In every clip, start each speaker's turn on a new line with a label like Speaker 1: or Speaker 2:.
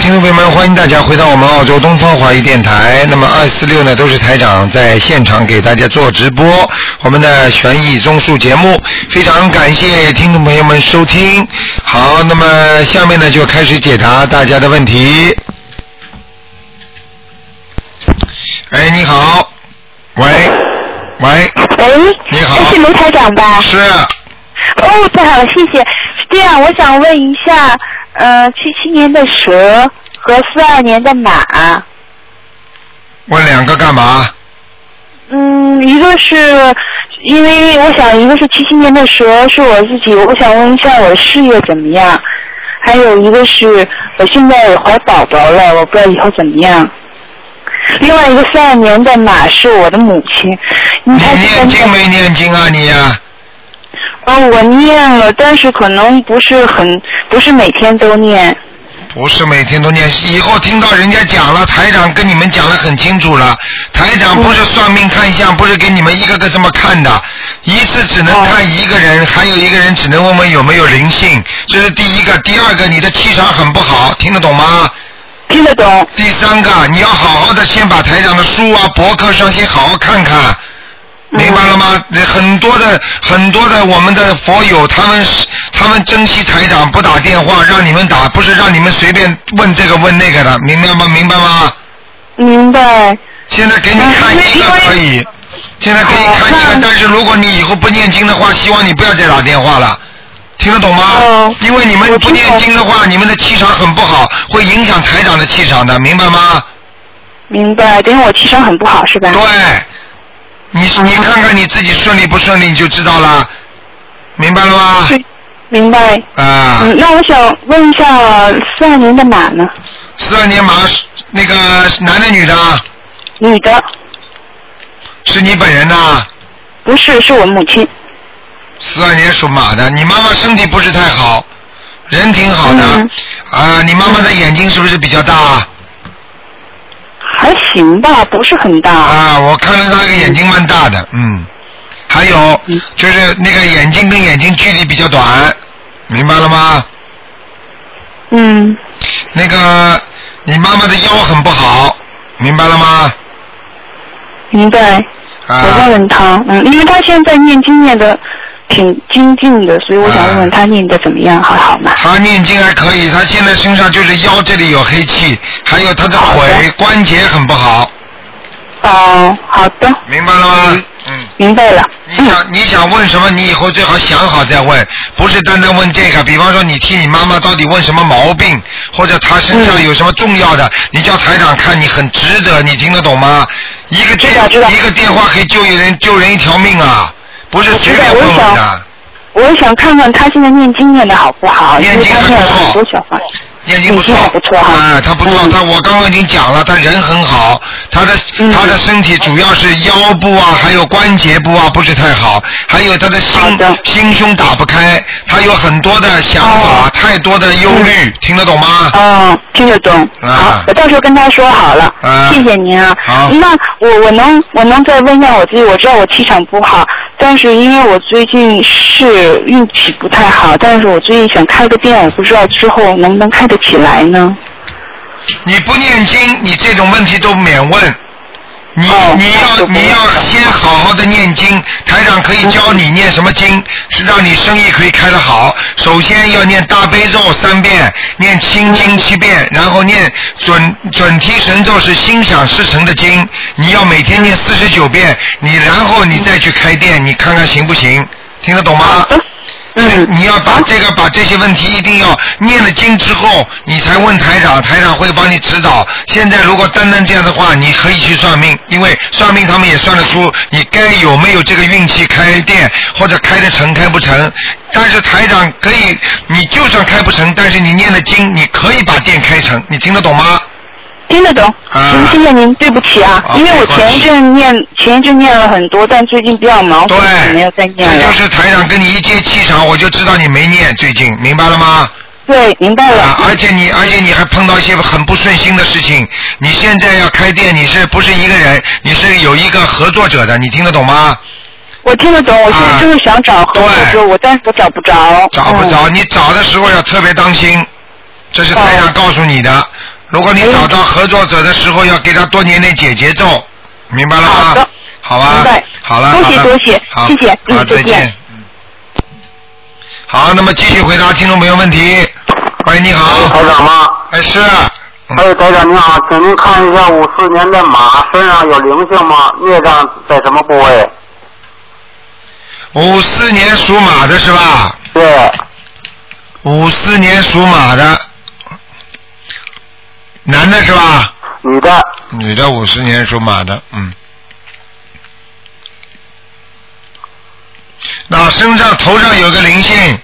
Speaker 1: 听众朋友们，欢迎大家回到我们澳洲东方华语电台。那么二四六呢，都是台长在现场给大家做直播我们的悬疑综述节目。非常感谢听众朋友们收听。好，那么下面呢就开始解答大家的问题。哎，你好，喂，喂，
Speaker 2: 喂，
Speaker 1: 你好
Speaker 2: 这哎是卢台长吧？
Speaker 1: 是啊
Speaker 2: 哦，太好了，谢谢。是这样，我想问一下，呃，七七年的蛇和四二年的马，
Speaker 1: 问两个干嘛？
Speaker 2: 嗯，一个是因为我想，一个是七七年的蛇是我自己，我想问一下我的事业怎么样，还有一个是我现在有怀宝宝了，我不知道以后怎么样。另外一个四二年的马是我的母亲，你
Speaker 1: 你
Speaker 2: 看
Speaker 1: 念经没念经啊你呀、
Speaker 2: 嗯，我念了，但是可能不是很，不是每天都念。
Speaker 1: 不是每天都念，以后听到人家讲了，台长跟你们讲的很清楚了。台长不是算命看相，不是给你们一个个这么看的，一次只能看一个人，还有一个人只能问问有没有灵性，这是第一个。第二个，你的气场很不好，听得懂吗？
Speaker 2: 听得懂？
Speaker 1: 第三个，你要好好的先把台长的书啊、博客上先好好看看，明白了吗？很多的很多的我们的佛友，他们是他们珍惜台长不打电话，让你们打，不是让你们随便问这个问那个的，明白吗？明白吗？
Speaker 2: 明白。
Speaker 1: 现在给你看一个可以，现在给你看一个，但是如果你以后不念经的话，希望你不要再打电话了。听得懂吗？
Speaker 2: 哦
Speaker 1: 因为你们不念经的话，你们的气场很不好，会影响台长的气场的，明白吗？
Speaker 2: 明白，等于我气场很不好是吧？
Speaker 1: 对，你你
Speaker 2: 嗯
Speaker 1: 看看你自己顺利不顺利，你就知道了，明白了吗？
Speaker 2: 是明白。
Speaker 1: 啊，
Speaker 2: 嗯，那我想问一下四二年的马呢？
Speaker 1: 四二年马那个男的女的啊，
Speaker 2: 女的，
Speaker 1: 是你本人呐、
Speaker 2: 不是，是我母亲。
Speaker 1: 四二年属马的，你妈妈身体不是太好，人挺好的，
Speaker 2: 嗯
Speaker 1: 啊，你妈妈的眼睛是不是比较大啊？
Speaker 2: 还行吧，不是很大。
Speaker 1: 啊，我看着她那个眼睛蛮大的，嗯，还有
Speaker 2: 嗯
Speaker 1: 就是那个眼睛跟眼睛距离比较短，明白了吗？
Speaker 2: 嗯，
Speaker 1: 那个你妈妈的腰很不好，明白了吗？
Speaker 2: 明白。
Speaker 1: 啊
Speaker 2: 我问问她，嗯，因为她现在念经念的挺精进的，所以我想
Speaker 1: 啊
Speaker 2: 问问她念的怎么样，还好吗？
Speaker 1: 他念经还可以，他现在身上就是腰这里有黑气，还有他的
Speaker 2: 好
Speaker 1: 腿
Speaker 2: 的
Speaker 1: 关节很不好，
Speaker 2: 哦，好的，
Speaker 1: 明白了吗？嗯，
Speaker 2: 明白了。
Speaker 1: 你
Speaker 2: 嗯。
Speaker 1: 想你想问什么，你以后最好想好再问，不是单单问这个。比方说，你替你妈妈到底问什么毛病，或者她身上
Speaker 2: 嗯
Speaker 1: 有什么重要的，你叫台长看，你很值得，你听得懂吗？一个电
Speaker 2: 知道知道
Speaker 1: 一个电话可以救一人救人一条命啊，不是
Speaker 2: 我
Speaker 1: 随
Speaker 2: 知道
Speaker 1: 便
Speaker 2: 我
Speaker 1: 问问
Speaker 2: 想
Speaker 1: 的。
Speaker 2: 我想看看他现在念经念的好不好，因
Speaker 1: 念
Speaker 2: 为
Speaker 1: 经
Speaker 2: 他
Speaker 1: 还
Speaker 2: 念了
Speaker 1: 不
Speaker 2: 很
Speaker 1: 错
Speaker 2: 多小房。
Speaker 1: 眼睛不错
Speaker 2: 眼睛，不错哈
Speaker 1: 啊，他不错，
Speaker 2: 嗯
Speaker 1: 他我刚刚已经讲了，他人很好，他的、
Speaker 2: 嗯
Speaker 1: 他的身体主要是腰部啊，还有关节部啊不是太好，还有他的心
Speaker 2: 好的
Speaker 1: 心胸打不开，他有很多的想法，
Speaker 2: 哦
Speaker 1: 太多的忧虑，听得懂吗？
Speaker 2: 嗯，听得懂。
Speaker 1: 啊
Speaker 2: 好，我到时候跟他说好了。
Speaker 1: 啊
Speaker 2: 谢谢您啊。
Speaker 1: 好
Speaker 2: 那我我能我能再问一下我自己，我知道我气场不好，但是因为我最近是运气不太好，但是我最近想开个店，我不知道之后能不能开得起来呢？
Speaker 1: 你不念经，你这种问题都免问。你、
Speaker 2: 哦
Speaker 1: 你
Speaker 2: 那
Speaker 1: 要
Speaker 2: 就不
Speaker 1: 你
Speaker 2: 用
Speaker 1: 要
Speaker 2: 了
Speaker 1: 先好好的念经，台长可以教你念什么经，是让你生意可以开得好。首先要念大悲咒三遍，念心经七遍，然后念准准提神咒是心想事成的经，你要每天念四十九遍，你然后你再去开店，你看看行不行？听得懂吗？
Speaker 2: 好的。嗯，
Speaker 1: 你要把这个把这些问题一定要念了经之后，你才问台长，台长会帮你指导。现在如果单单这样的话，你可以去算命，因为算命他们也算得出你该有没有这个运气开店或者开得成开不成。但是台长可以，你就算开不成，但是你念了经，你可以把店开成，你听得懂吗？
Speaker 2: 听得懂。
Speaker 1: 啊
Speaker 2: 行，谢谢您，对不起啊，
Speaker 1: 好
Speaker 2: 因为我
Speaker 1: 没关
Speaker 2: 前
Speaker 1: 系
Speaker 2: 一阵念前一阵念了很多，但最近比较忙，所
Speaker 1: 对
Speaker 2: 以就没有哦再，念
Speaker 1: 这
Speaker 2: 了
Speaker 1: 就。是台长跟你一接气场，我就知道你没念，最近明白了吗？
Speaker 2: 对，明白了。
Speaker 1: 啊，而且你，而且你还碰到一些很不顺心的事情。你现在要开店，你是不是一个人？你是有一个合作者的，你听得懂吗？
Speaker 2: 我听得懂，我现在就是想找合作
Speaker 1: 对
Speaker 2: 者，我但是我找不着。
Speaker 3: 嗯
Speaker 1: 找不着，你找的时候要特别当心，这是台长
Speaker 2: 哦
Speaker 1: 告诉你的。如果你找
Speaker 3: 嗯
Speaker 1: 到合作者的时候，要给他多念点解结咒，明
Speaker 2: 嗯
Speaker 1: 白了吗？
Speaker 3: 好的
Speaker 1: 好吧
Speaker 3: 明白。
Speaker 1: 好了。
Speaker 3: 多谢
Speaker 1: 好了
Speaker 3: 多谢
Speaker 1: 好
Speaker 3: 谢谢嗯
Speaker 1: 好，再
Speaker 3: 再见。
Speaker 1: 嗯好，那么继续回答听众朋友问题。喂，你好。
Speaker 4: 台长吗？
Speaker 1: 哎，是。嗯
Speaker 4: 哎，台长您好，请您看一下五四年的马身上有灵性吗？孽障在什么部位？
Speaker 1: 五四年属马的是吧？
Speaker 4: 对，
Speaker 1: 五四年属马的，男的是吧？
Speaker 4: 女的，
Speaker 1: 女的五十年属马的，嗯。那身上头上有个灵性，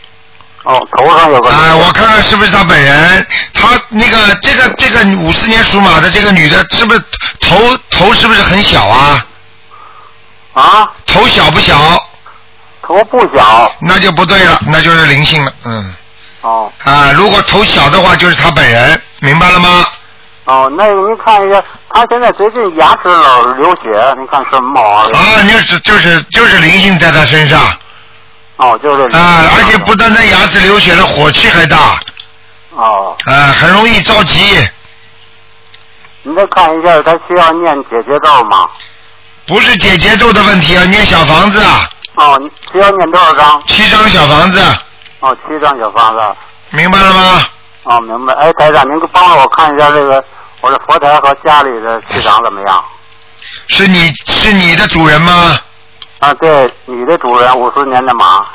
Speaker 4: 哦，头上有个灵性。
Speaker 1: 啊，我看看是不是他本人。他那个这个这个五四年属马的这个女的，是不是头头是不是很小啊？
Speaker 4: 啊，
Speaker 1: 头小不小？
Speaker 4: 头不小。
Speaker 1: 那就不对了，那就是灵性了，嗯。
Speaker 4: 哦
Speaker 1: 啊，如果头小的话，就是他本人，明白了吗？
Speaker 4: 哦，那您看一下，他现在最近牙齿老是流血，您看什么毛病？
Speaker 1: 啊，就是就是就是灵性在他身上
Speaker 4: 哦，就是
Speaker 1: 啊，而且不单单牙齿流血了，火气还大
Speaker 4: 哦，
Speaker 1: 啊，很容易着急。
Speaker 4: 您再看一下，他需要念解结咒吗？
Speaker 1: 不是解节奏的问题啊，念小房子啊，
Speaker 4: 哦，你需要念多少张？
Speaker 1: 七张小房子，
Speaker 4: 哦，七张小方子。
Speaker 1: 明白了吗？
Speaker 4: 哦，明白。哎，台长，您帮我看一下这个我的佛台和家里的气场怎 么样？
Speaker 1: 是你是你的主人吗？
Speaker 4: 啊，对，你的主人五十年的马。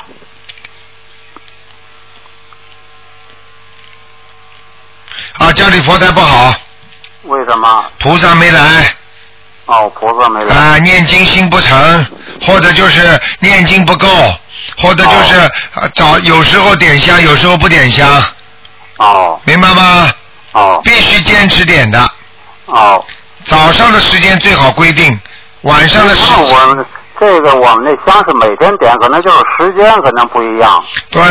Speaker 1: 啊，家里佛台不好，
Speaker 4: 为什么？
Speaker 1: 菩萨没来
Speaker 4: 哦，菩萨没来。
Speaker 1: 啊，念经心不诚，或者就是念经不够，或者就是
Speaker 4: 哦
Speaker 1: 啊早有时候点香，有时候不点香，啊
Speaker 4: 哦
Speaker 1: 明白吗？
Speaker 4: 哦
Speaker 1: 必须坚持点的。
Speaker 4: 哦，
Speaker 1: 早上的时间最好规定，晚上的时
Speaker 4: 那我们这个我们那香是每天点，可能就是时间可能不一样。
Speaker 1: 对，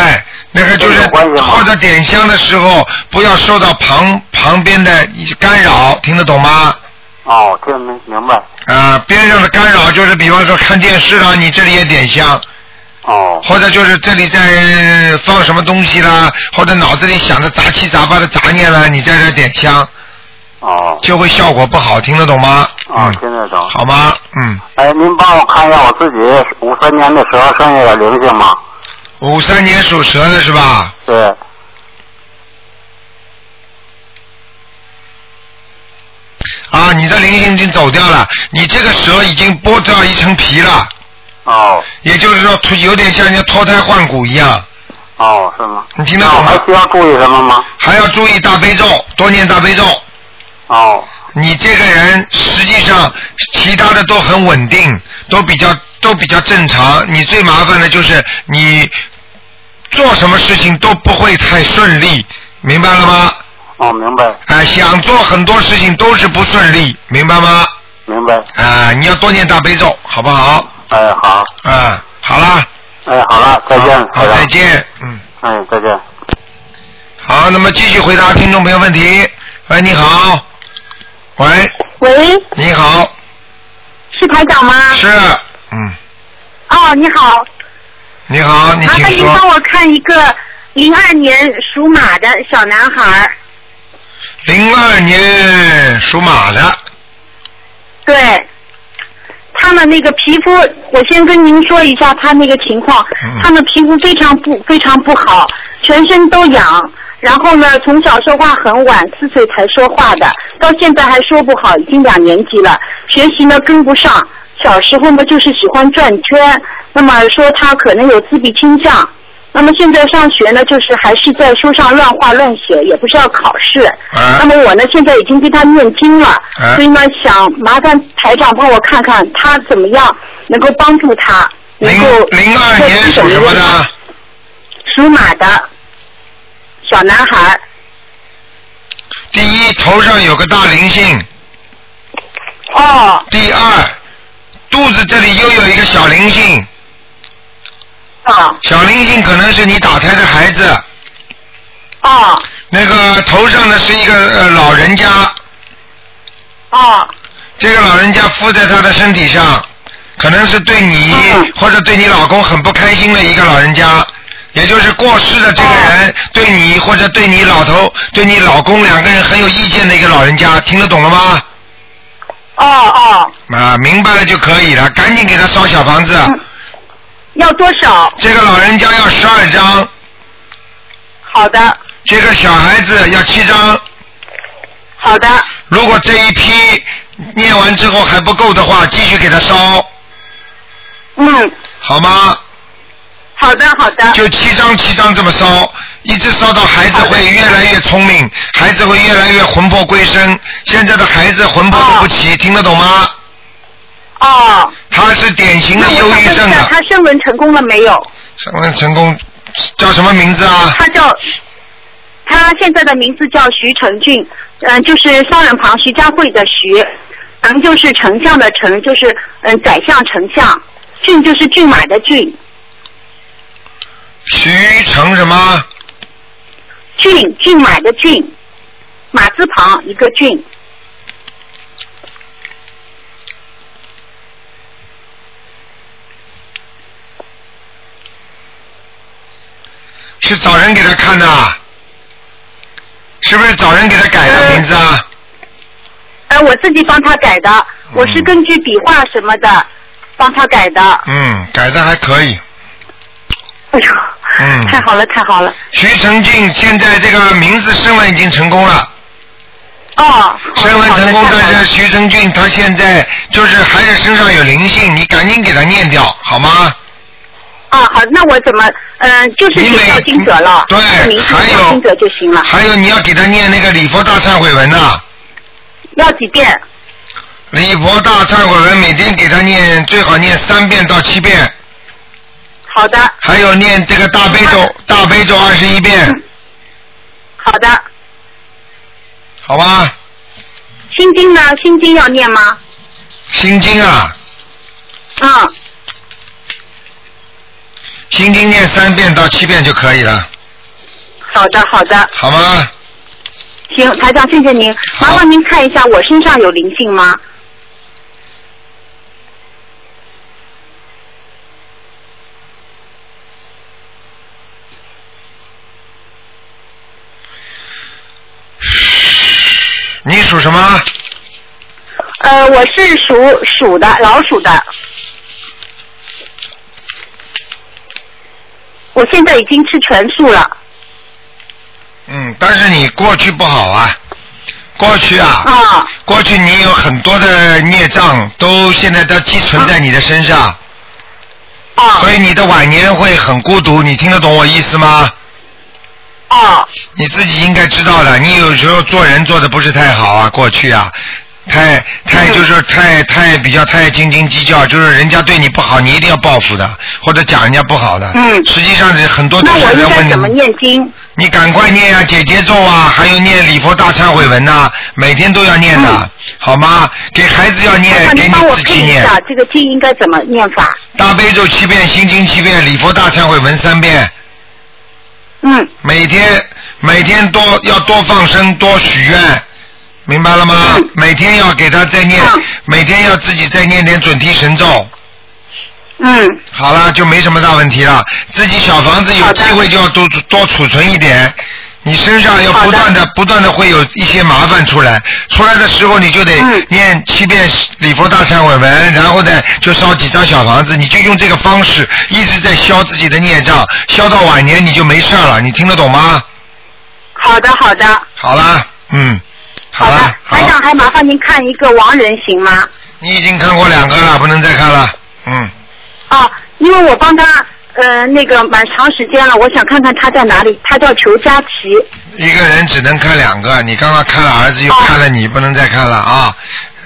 Speaker 1: 那个就是
Speaker 4: 这有关系吗
Speaker 1: 或者点香的时候不要受到旁旁边的干扰，听得懂吗？
Speaker 4: 哦，听明明白。
Speaker 1: 啊、边上的干扰就是比方说看电视啦，你这里也点香，
Speaker 4: 哦
Speaker 1: 或者就是这里在放什么东西啦，或者脑子里想着杂七杂八的杂念啦，你在这点香
Speaker 4: 哦
Speaker 1: 就会效果不好，听得懂吗？
Speaker 4: 哦，
Speaker 1: 嗯，
Speaker 4: 听得懂。
Speaker 1: 好吗？嗯，
Speaker 4: 哎，您帮我看一下我自己五三年的蛇身上有灵性吗？
Speaker 1: 五三年属蛇的是吧？
Speaker 4: 对，
Speaker 1: 啊，你的灵性已经走掉了，你这个蛇已经剥掉一层皮了，
Speaker 4: 哦
Speaker 1: 也就是说脱有点像人家脱胎换骨一样。
Speaker 4: 哦，是吗？
Speaker 1: 你听得
Speaker 4: 那我
Speaker 1: 懂
Speaker 4: 还
Speaker 1: 吗？
Speaker 4: 需要注意什么吗？
Speaker 1: 还要注意大悲咒，多念大悲咒。
Speaker 4: 哦
Speaker 1: 你这个人实际上其他的都很稳定，都比较都比较正常。你最麻烦的就是你做什么事情都不会太顺利，明白了吗？
Speaker 4: 哦，明白
Speaker 1: 啊、想做很多事情都是不顺利，明白吗？
Speaker 4: 明白。
Speaker 1: 啊、你要多念大悲咒，好不好？
Speaker 4: 哎，好，
Speaker 1: 啊，好啦，
Speaker 4: 哎，好了，再见，
Speaker 1: 好，
Speaker 4: 台长
Speaker 1: 再。见，嗯，
Speaker 4: 哎，再见。
Speaker 1: 好，那么继续回答听众朋友问题。喂，你好，喂，
Speaker 5: 喂，
Speaker 1: 你好，
Speaker 5: 是台长吗？
Speaker 1: 是，嗯，
Speaker 5: 哦，你好，
Speaker 1: 你好，你
Speaker 5: 麻
Speaker 1: 哎请
Speaker 5: 烦您帮
Speaker 1: 说。
Speaker 5: 我看一个零二年属马的小男孩儿。
Speaker 1: 零二年属马的，
Speaker 5: 对，他的那个皮肤，我先跟您说一下他那个情况
Speaker 1: 嗯，
Speaker 5: 他的皮肤非常不非常不好，全身都痒。然后呢，从小说话很晚，四岁才说话的，到现在还说不好，已经两年级了，学习呢跟不上。小时候呢，就是喜欢转圈，那么说他可能有自闭倾向。那么现在上学呢，就是还是在书上乱画乱写，也不知道考试。
Speaker 1: 啊
Speaker 5: 那么我呢，现在已经给他念经了，
Speaker 1: 啊
Speaker 5: 所以呢，想麻烦台长帮我看看他怎么样能够帮助他，能
Speaker 1: 零
Speaker 5: 够
Speaker 1: 零二年属什么的？
Speaker 5: 属马的小男孩儿，
Speaker 1: 第一，头上有个大灵性；
Speaker 5: 哦
Speaker 1: 第二，肚子这里又有一个小灵性，
Speaker 5: 哦
Speaker 1: 小灵性可能是你打胎的孩子。
Speaker 5: 哦
Speaker 1: 那个头上呢是一个呃老人家，
Speaker 5: 哦
Speaker 1: 这个老人家附在他的身体上，可能是对你、
Speaker 5: 嗯
Speaker 1: 或者对你老公很不开心的一个老人家，也就是过世的这个
Speaker 5: 哦
Speaker 1: 人对你或者对你老头、对你老公两个人很有意见的一个老人家，听得懂了吗？
Speaker 5: 哦哦，
Speaker 1: 啊，明白了就可以了，赶紧给他烧小房子。
Speaker 5: 嗯要多少？
Speaker 1: 这个老人家要十二张，
Speaker 5: 好的，
Speaker 1: 这个小孩子要七张。
Speaker 5: 好的，
Speaker 1: 如果这一批念完之后还不够的话，继续给他烧，
Speaker 5: 嗯，
Speaker 1: 好吗？
Speaker 5: 好的好 的，
Speaker 1: 就七张七张这么烧，一直烧到孩子会越来越聪明，孩子会越来越魂魄归身。现在的孩子魂魄都不齐，听得懂吗？
Speaker 5: 哦，
Speaker 1: 他是典型的
Speaker 5: 那
Speaker 1: 忧
Speaker 5: 我想
Speaker 1: 郁
Speaker 5: 问一
Speaker 1: 症
Speaker 5: 下，
Speaker 1: 的。
Speaker 5: 他升文成功了没有？
Speaker 1: 请问成功叫什么名字啊？
Speaker 5: 他叫他现在的名字叫徐成俊，嗯、就是双人旁徐家汇的徐，成就是丞相的丞，就是嗯、宰相丞相，俊就是骏马的俊，
Speaker 1: 徐成什么？
Speaker 5: 俊骏马的俊，马字旁一个俊，
Speaker 1: 是找人给他看的啊，是不是找人给他改的
Speaker 5: 嗯
Speaker 1: 名字啊？
Speaker 5: 呃，我自己帮他改的，我是根据笔画什么的帮他改的。
Speaker 1: 嗯，改的还可以。
Speaker 5: 哎呦，
Speaker 1: 嗯
Speaker 5: 太好了，太好了。
Speaker 1: 徐成俊现在这个名字升文已经成功了，
Speaker 5: 哦，好的
Speaker 1: 升文成功，
Speaker 5: 好的
Speaker 1: 但
Speaker 5: 太好
Speaker 1: 是
Speaker 5: 了
Speaker 1: 徐成俊他现在就是还是身上有灵性，你赶紧给他念掉，好吗？
Speaker 5: 啊，好，那我怎么，嗯、就是
Speaker 1: 你
Speaker 5: 写
Speaker 1: 每
Speaker 5: 孝经者了，
Speaker 1: 对
Speaker 5: 名字
Speaker 1: 还有
Speaker 5: 孝经者就行了，
Speaker 1: 还有你要给他念那个礼佛大忏悔文呐、
Speaker 5: 要几遍？
Speaker 1: 礼佛大忏悔文每天给他念，最好念三遍到七遍，
Speaker 5: 好的，
Speaker 1: 还有念这个大悲咒，大悲咒二十一遍，
Speaker 5: 好的。
Speaker 1: 好吧？
Speaker 5: 心经呢？心经要念吗？
Speaker 1: 心经啊，
Speaker 5: 嗯，
Speaker 1: 心经念三遍到七遍就可以了，
Speaker 5: 好的，好的。
Speaker 1: 好吗？
Speaker 5: 行，台长，谢谢您。麻烦您看一下我身上有灵性吗？
Speaker 1: 你属什么？
Speaker 5: 呃，我是属鼠的，老鼠的。我现在已经吃全素了。
Speaker 1: 嗯，但是你过去不好啊，过去啊，
Speaker 5: 啊、
Speaker 1: 过去你有很多的孽障，都现在都积存在你的身上，
Speaker 5: 啊
Speaker 1: 所以你的晚年会很孤独。你听得懂我意思吗？
Speaker 5: 啊
Speaker 1: 你自己应该知道的，你有时候做人做的不是太好啊，过去啊，太
Speaker 5: 嗯
Speaker 1: 太就是太太比较太斤斤计较，就是人家对你不好，你一定要报复的，或者讲人家不好的。
Speaker 5: 嗯
Speaker 1: 实际上是很多都
Speaker 5: 那
Speaker 1: 是
Speaker 5: 我应
Speaker 1: 人
Speaker 5: 该怎么
Speaker 1: 问你，
Speaker 5: 念经？
Speaker 1: 你赶快念啊，姐姐咒啊，还有念礼佛大忏悔文呐、每天都要念的，
Speaker 5: 嗯
Speaker 1: 好吗？给孩子要
Speaker 5: 麻
Speaker 1: 念，
Speaker 5: 烦
Speaker 1: 给
Speaker 5: 您帮我
Speaker 1: 自
Speaker 5: 看
Speaker 1: 己
Speaker 5: 一
Speaker 1: 念。
Speaker 5: 下这个经应该怎么念法？
Speaker 1: 大悲咒七遍，心经七遍，礼佛大忏悔文三遍，
Speaker 5: 嗯
Speaker 1: 每天每天多要多放生，多许愿，明白了吗？
Speaker 5: 嗯
Speaker 1: 每天要给他再念
Speaker 5: 嗯，
Speaker 1: 每天要自己再念点准提神咒。
Speaker 5: 嗯，
Speaker 1: 好了，就没什么大问题了。自己小房子有
Speaker 5: 好的
Speaker 1: 机会就要多多储存一点。你身上要不断的、不断的会有一些麻烦出来，出来的时候你就得
Speaker 5: 嗯
Speaker 1: 念七遍礼佛大忏悔文，然后呢就烧几张小房子，你就用这个方式一直在消自己的孽障，消到晚年你就没事儿了，你听得懂吗？
Speaker 5: 好的好的
Speaker 1: 好啦，嗯，好
Speaker 5: 的
Speaker 1: 啦，。好
Speaker 5: 台，长还麻烦您看一个亡人行吗？
Speaker 1: 你已经看过两个了，不能再看了，嗯，
Speaker 5: 啊，因为我帮他呃那个蛮长时间了，我想看看他在哪里。他叫裘佳琪。
Speaker 1: 一个人只能看两个，你刚刚看了儿子，又
Speaker 5: 哦
Speaker 1: 看了你，不能再看了啊，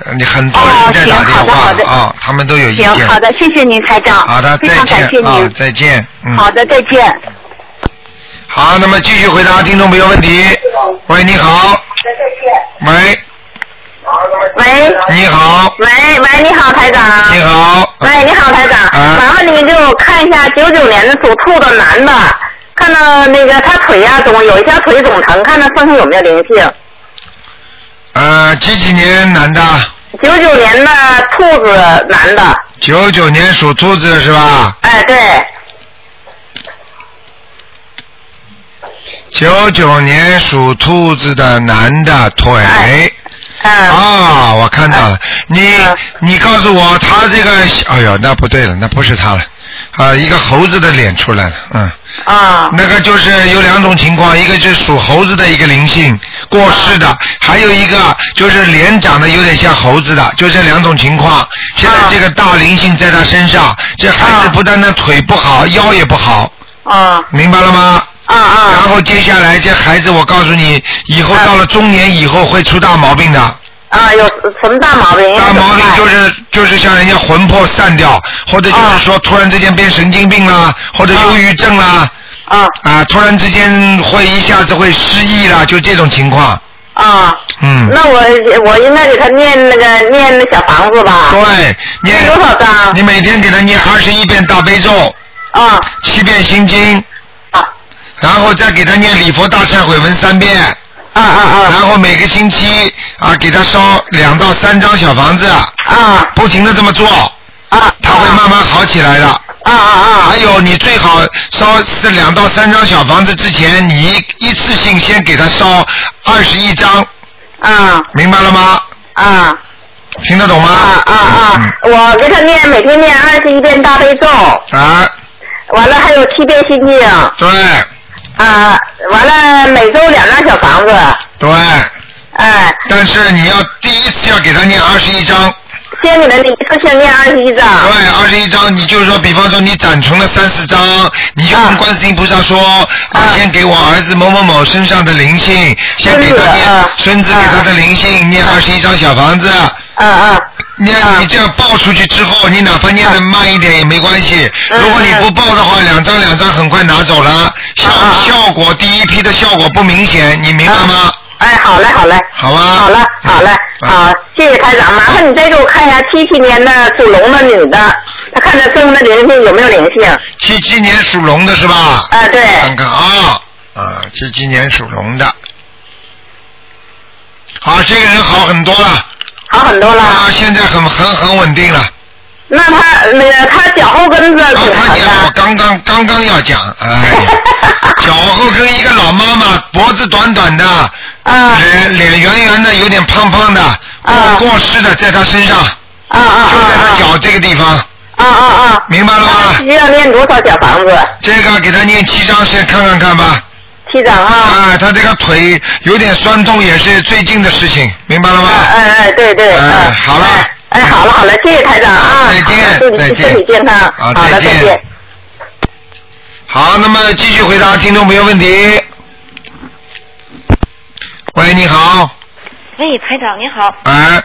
Speaker 1: 呃你很多人
Speaker 5: 哦
Speaker 1: 在打电
Speaker 5: 行好的
Speaker 1: 话
Speaker 5: 好的
Speaker 1: 啊，他们都有意
Speaker 5: 行，
Speaker 1: 见，
Speaker 5: 好的，谢谢您，台长。
Speaker 1: 好的，
Speaker 5: 非
Speaker 1: 再
Speaker 5: 常感谢
Speaker 1: 见
Speaker 5: 您。
Speaker 1: 啊，再见，嗯，
Speaker 5: 好的，再见。
Speaker 1: 好，那么继续回答听众朋友问题。喂，你好，喂，
Speaker 5: 喂
Speaker 1: 你好，
Speaker 5: 喂喂，你好，台长。
Speaker 1: 你好，
Speaker 5: 喂，你好，台长，
Speaker 1: 啊
Speaker 5: 麻烦你给我看一下九九年的属兔的男的，看到那个他腿呀、总有一条腿总疼，看他身上有没有灵性。
Speaker 1: 呃，几几年男的？
Speaker 5: 九九年的兔子男的，哎
Speaker 1: 九九年属兔子是吧？
Speaker 5: 哎，对，
Speaker 1: 九九年属兔子的男的腿。
Speaker 5: 哎嗯，
Speaker 1: 啊，我看到了，你
Speaker 5: 嗯
Speaker 1: 你告诉我他这个，哎呦，那不对了，那不是他了，啊，一个猴子的脸出来了，嗯，
Speaker 5: 啊，
Speaker 1: 那个就是有两种情况，一个就是属猴子的一个灵性过世
Speaker 5: 啊
Speaker 1: 的，还有一个就是脸长得有点像猴子的，就这两种情况。现在
Speaker 5: 啊
Speaker 1: 这个大灵性在他身上，这孩子
Speaker 5: 啊
Speaker 1: 不单单腿不好，腰也不好，
Speaker 5: 啊，
Speaker 1: 明白了吗？
Speaker 5: 啊
Speaker 1: 然
Speaker 5: 啊，
Speaker 1: 后接下来这孩子，我告诉你，以后
Speaker 5: 啊
Speaker 1: 到了中年以后会出大毛病的。
Speaker 5: 啊，有什么大毛病？应该
Speaker 1: 大
Speaker 5: 怎么
Speaker 1: 毛病
Speaker 5: 办
Speaker 1: 就是就是像人家魂魄散掉，或者就是说突然之间变神经病啦，或者忧郁症啦，
Speaker 5: 啊
Speaker 1: 啊，突然之间会一下子会失忆啦，就这种情况。
Speaker 5: 啊，
Speaker 1: 嗯，
Speaker 5: 那我我应该给他念那个念那小房子吧？
Speaker 1: 对，念
Speaker 5: 多少张
Speaker 1: 你每天给他念二十一遍大悲咒，
Speaker 5: 啊
Speaker 1: 七遍心经，
Speaker 5: 啊
Speaker 1: 然后再给他念礼佛大忏悔文三遍，
Speaker 5: 啊啊
Speaker 1: 然后每个星期啊给他烧两到三张小房子，
Speaker 5: 啊
Speaker 1: 不停的这么做，
Speaker 5: 啊啊！
Speaker 1: 他会慢慢好起来的。
Speaker 5: 啊啊
Speaker 1: 还有，你最好烧是两到三张小房子之前，你一一次性先给他烧二十一张，
Speaker 5: 啊啊
Speaker 1: 明白了吗？
Speaker 5: 啊！
Speaker 1: 听得懂吗？
Speaker 5: 啊啊啊！我给他念，每天念二十一遍大悲咒，
Speaker 1: 嗯！啊，
Speaker 5: 完了还有七遍心经，
Speaker 1: 对
Speaker 5: 啊，完了每周两张小房子，
Speaker 1: 对，
Speaker 5: 哎，
Speaker 1: 但是你要第一次要给他念二十一张，
Speaker 5: 先给他念，就先念二十一张，啊
Speaker 1: 对，二十一张，你就是说，比方说你攒存了三四张，你就跟观世音菩萨说，啊，先给我儿子某某某身上的灵性，先给他念孙
Speaker 5: 孙
Speaker 1: 子
Speaker 5: 子
Speaker 1: 给
Speaker 5: 啊
Speaker 1: 他的灵性，念二十一张小房子，
Speaker 5: 嗯嗯
Speaker 1: 你你这样报出去之后，你哪怕念的慢一点也没关系。
Speaker 5: 嗯
Speaker 1: 如果你不报的话，两张两张很快拿走了，效
Speaker 5: 啊啊
Speaker 1: 效果第一批的效果不明显，你明白吗？
Speaker 5: 哎，好嘞，好嘞，
Speaker 1: 好吧。
Speaker 5: 好了，好了，
Speaker 1: 嗯
Speaker 5: 好，谢谢台长，麻烦你再给我看一下七七年的属龙的女的，她看她身上的灵性有没有灵性？
Speaker 1: 七七年属龙的是吧？
Speaker 5: 啊，对，
Speaker 1: 看看啊，啊，七七年属龙的。好，这个人好很多了，
Speaker 5: 好很多了
Speaker 1: 啊，。现在很很很稳定了。
Speaker 5: 那她那个她脚后跟子
Speaker 1: 啊，
Speaker 5: 挺
Speaker 1: 他
Speaker 5: 长
Speaker 1: 讲我
Speaker 5: 哎的，
Speaker 1: 刚刚刚刚要讲，哎 呀，脚后跟一个老妈妈，脖子短短的，
Speaker 5: 啊
Speaker 1: 脸脸圆圆的，有点胖胖的，
Speaker 5: 啊
Speaker 1: 过过世的在他身上，
Speaker 5: 啊啊
Speaker 1: 就在他
Speaker 5: 啊
Speaker 1: 脚这个地方，
Speaker 5: 啊啊啊！
Speaker 1: 明白了
Speaker 5: 那
Speaker 1: 吗
Speaker 5: 需？要念多少小房子？
Speaker 1: 这个给他念七章，先看看看吧。
Speaker 5: 七张啊。
Speaker 1: 啊，他这个腿有点酸痛，也是最近的事情，明白了
Speaker 5: 哎
Speaker 1: 吗？
Speaker 5: 哎哎，对对。
Speaker 1: 哎
Speaker 5: 嗯
Speaker 1: 好了啊
Speaker 5: 哎哎，好了好了，谢谢台长啊！
Speaker 1: 再见
Speaker 5: 好的祝你
Speaker 1: 再见
Speaker 5: 身体健康。
Speaker 1: 好
Speaker 5: 好了，
Speaker 1: 再见
Speaker 5: 再见。
Speaker 1: 好，那么继续回答听众朋友问题。喂，你好，
Speaker 6: 喂，排长您好，
Speaker 1: 哎，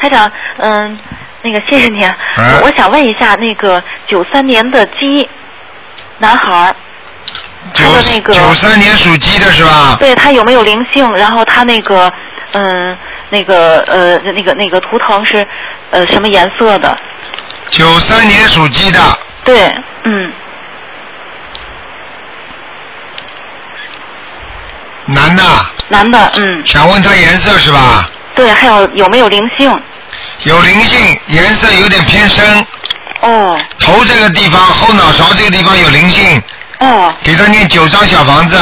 Speaker 6: 排长，嗯，那个谢谢您，啊
Speaker 1: 哎
Speaker 6: 我我想问一下，那个九三年的鸡男孩儿，
Speaker 1: 九
Speaker 6: 他的那个
Speaker 1: 九三年属鸡的是吧？
Speaker 6: 对他有没有灵性？然后他那个，嗯，那个呃，那个那个图腾是呃什么颜色的？
Speaker 1: 九三年属鸡的，
Speaker 6: 对，嗯，
Speaker 1: 男的，
Speaker 6: 男的，嗯，
Speaker 1: 想问他颜色是吧？
Speaker 6: 对，还有有没有灵性？
Speaker 1: 有灵性，颜色有点偏深，
Speaker 6: 哦
Speaker 1: 头这个地方、后脑勺这个地方有灵性，
Speaker 6: 哦
Speaker 1: 给他念九张小房子，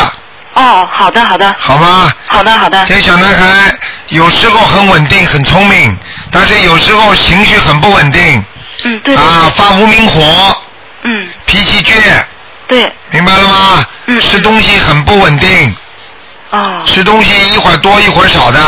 Speaker 6: 哦，好的好的
Speaker 1: 好吗？
Speaker 6: 好的好的，
Speaker 1: 这小男孩有时候很稳定、很聪明，但是有时候情绪很不稳定，
Speaker 6: 嗯对对
Speaker 1: 啊，
Speaker 6: 对，
Speaker 1: 发无名火，
Speaker 6: 嗯
Speaker 1: 脾气倔，
Speaker 6: 对，
Speaker 1: 明白了吗？
Speaker 6: 嗯
Speaker 1: 吃东西很不稳定，
Speaker 6: 哦
Speaker 1: 吃东西一会儿多一会儿少的，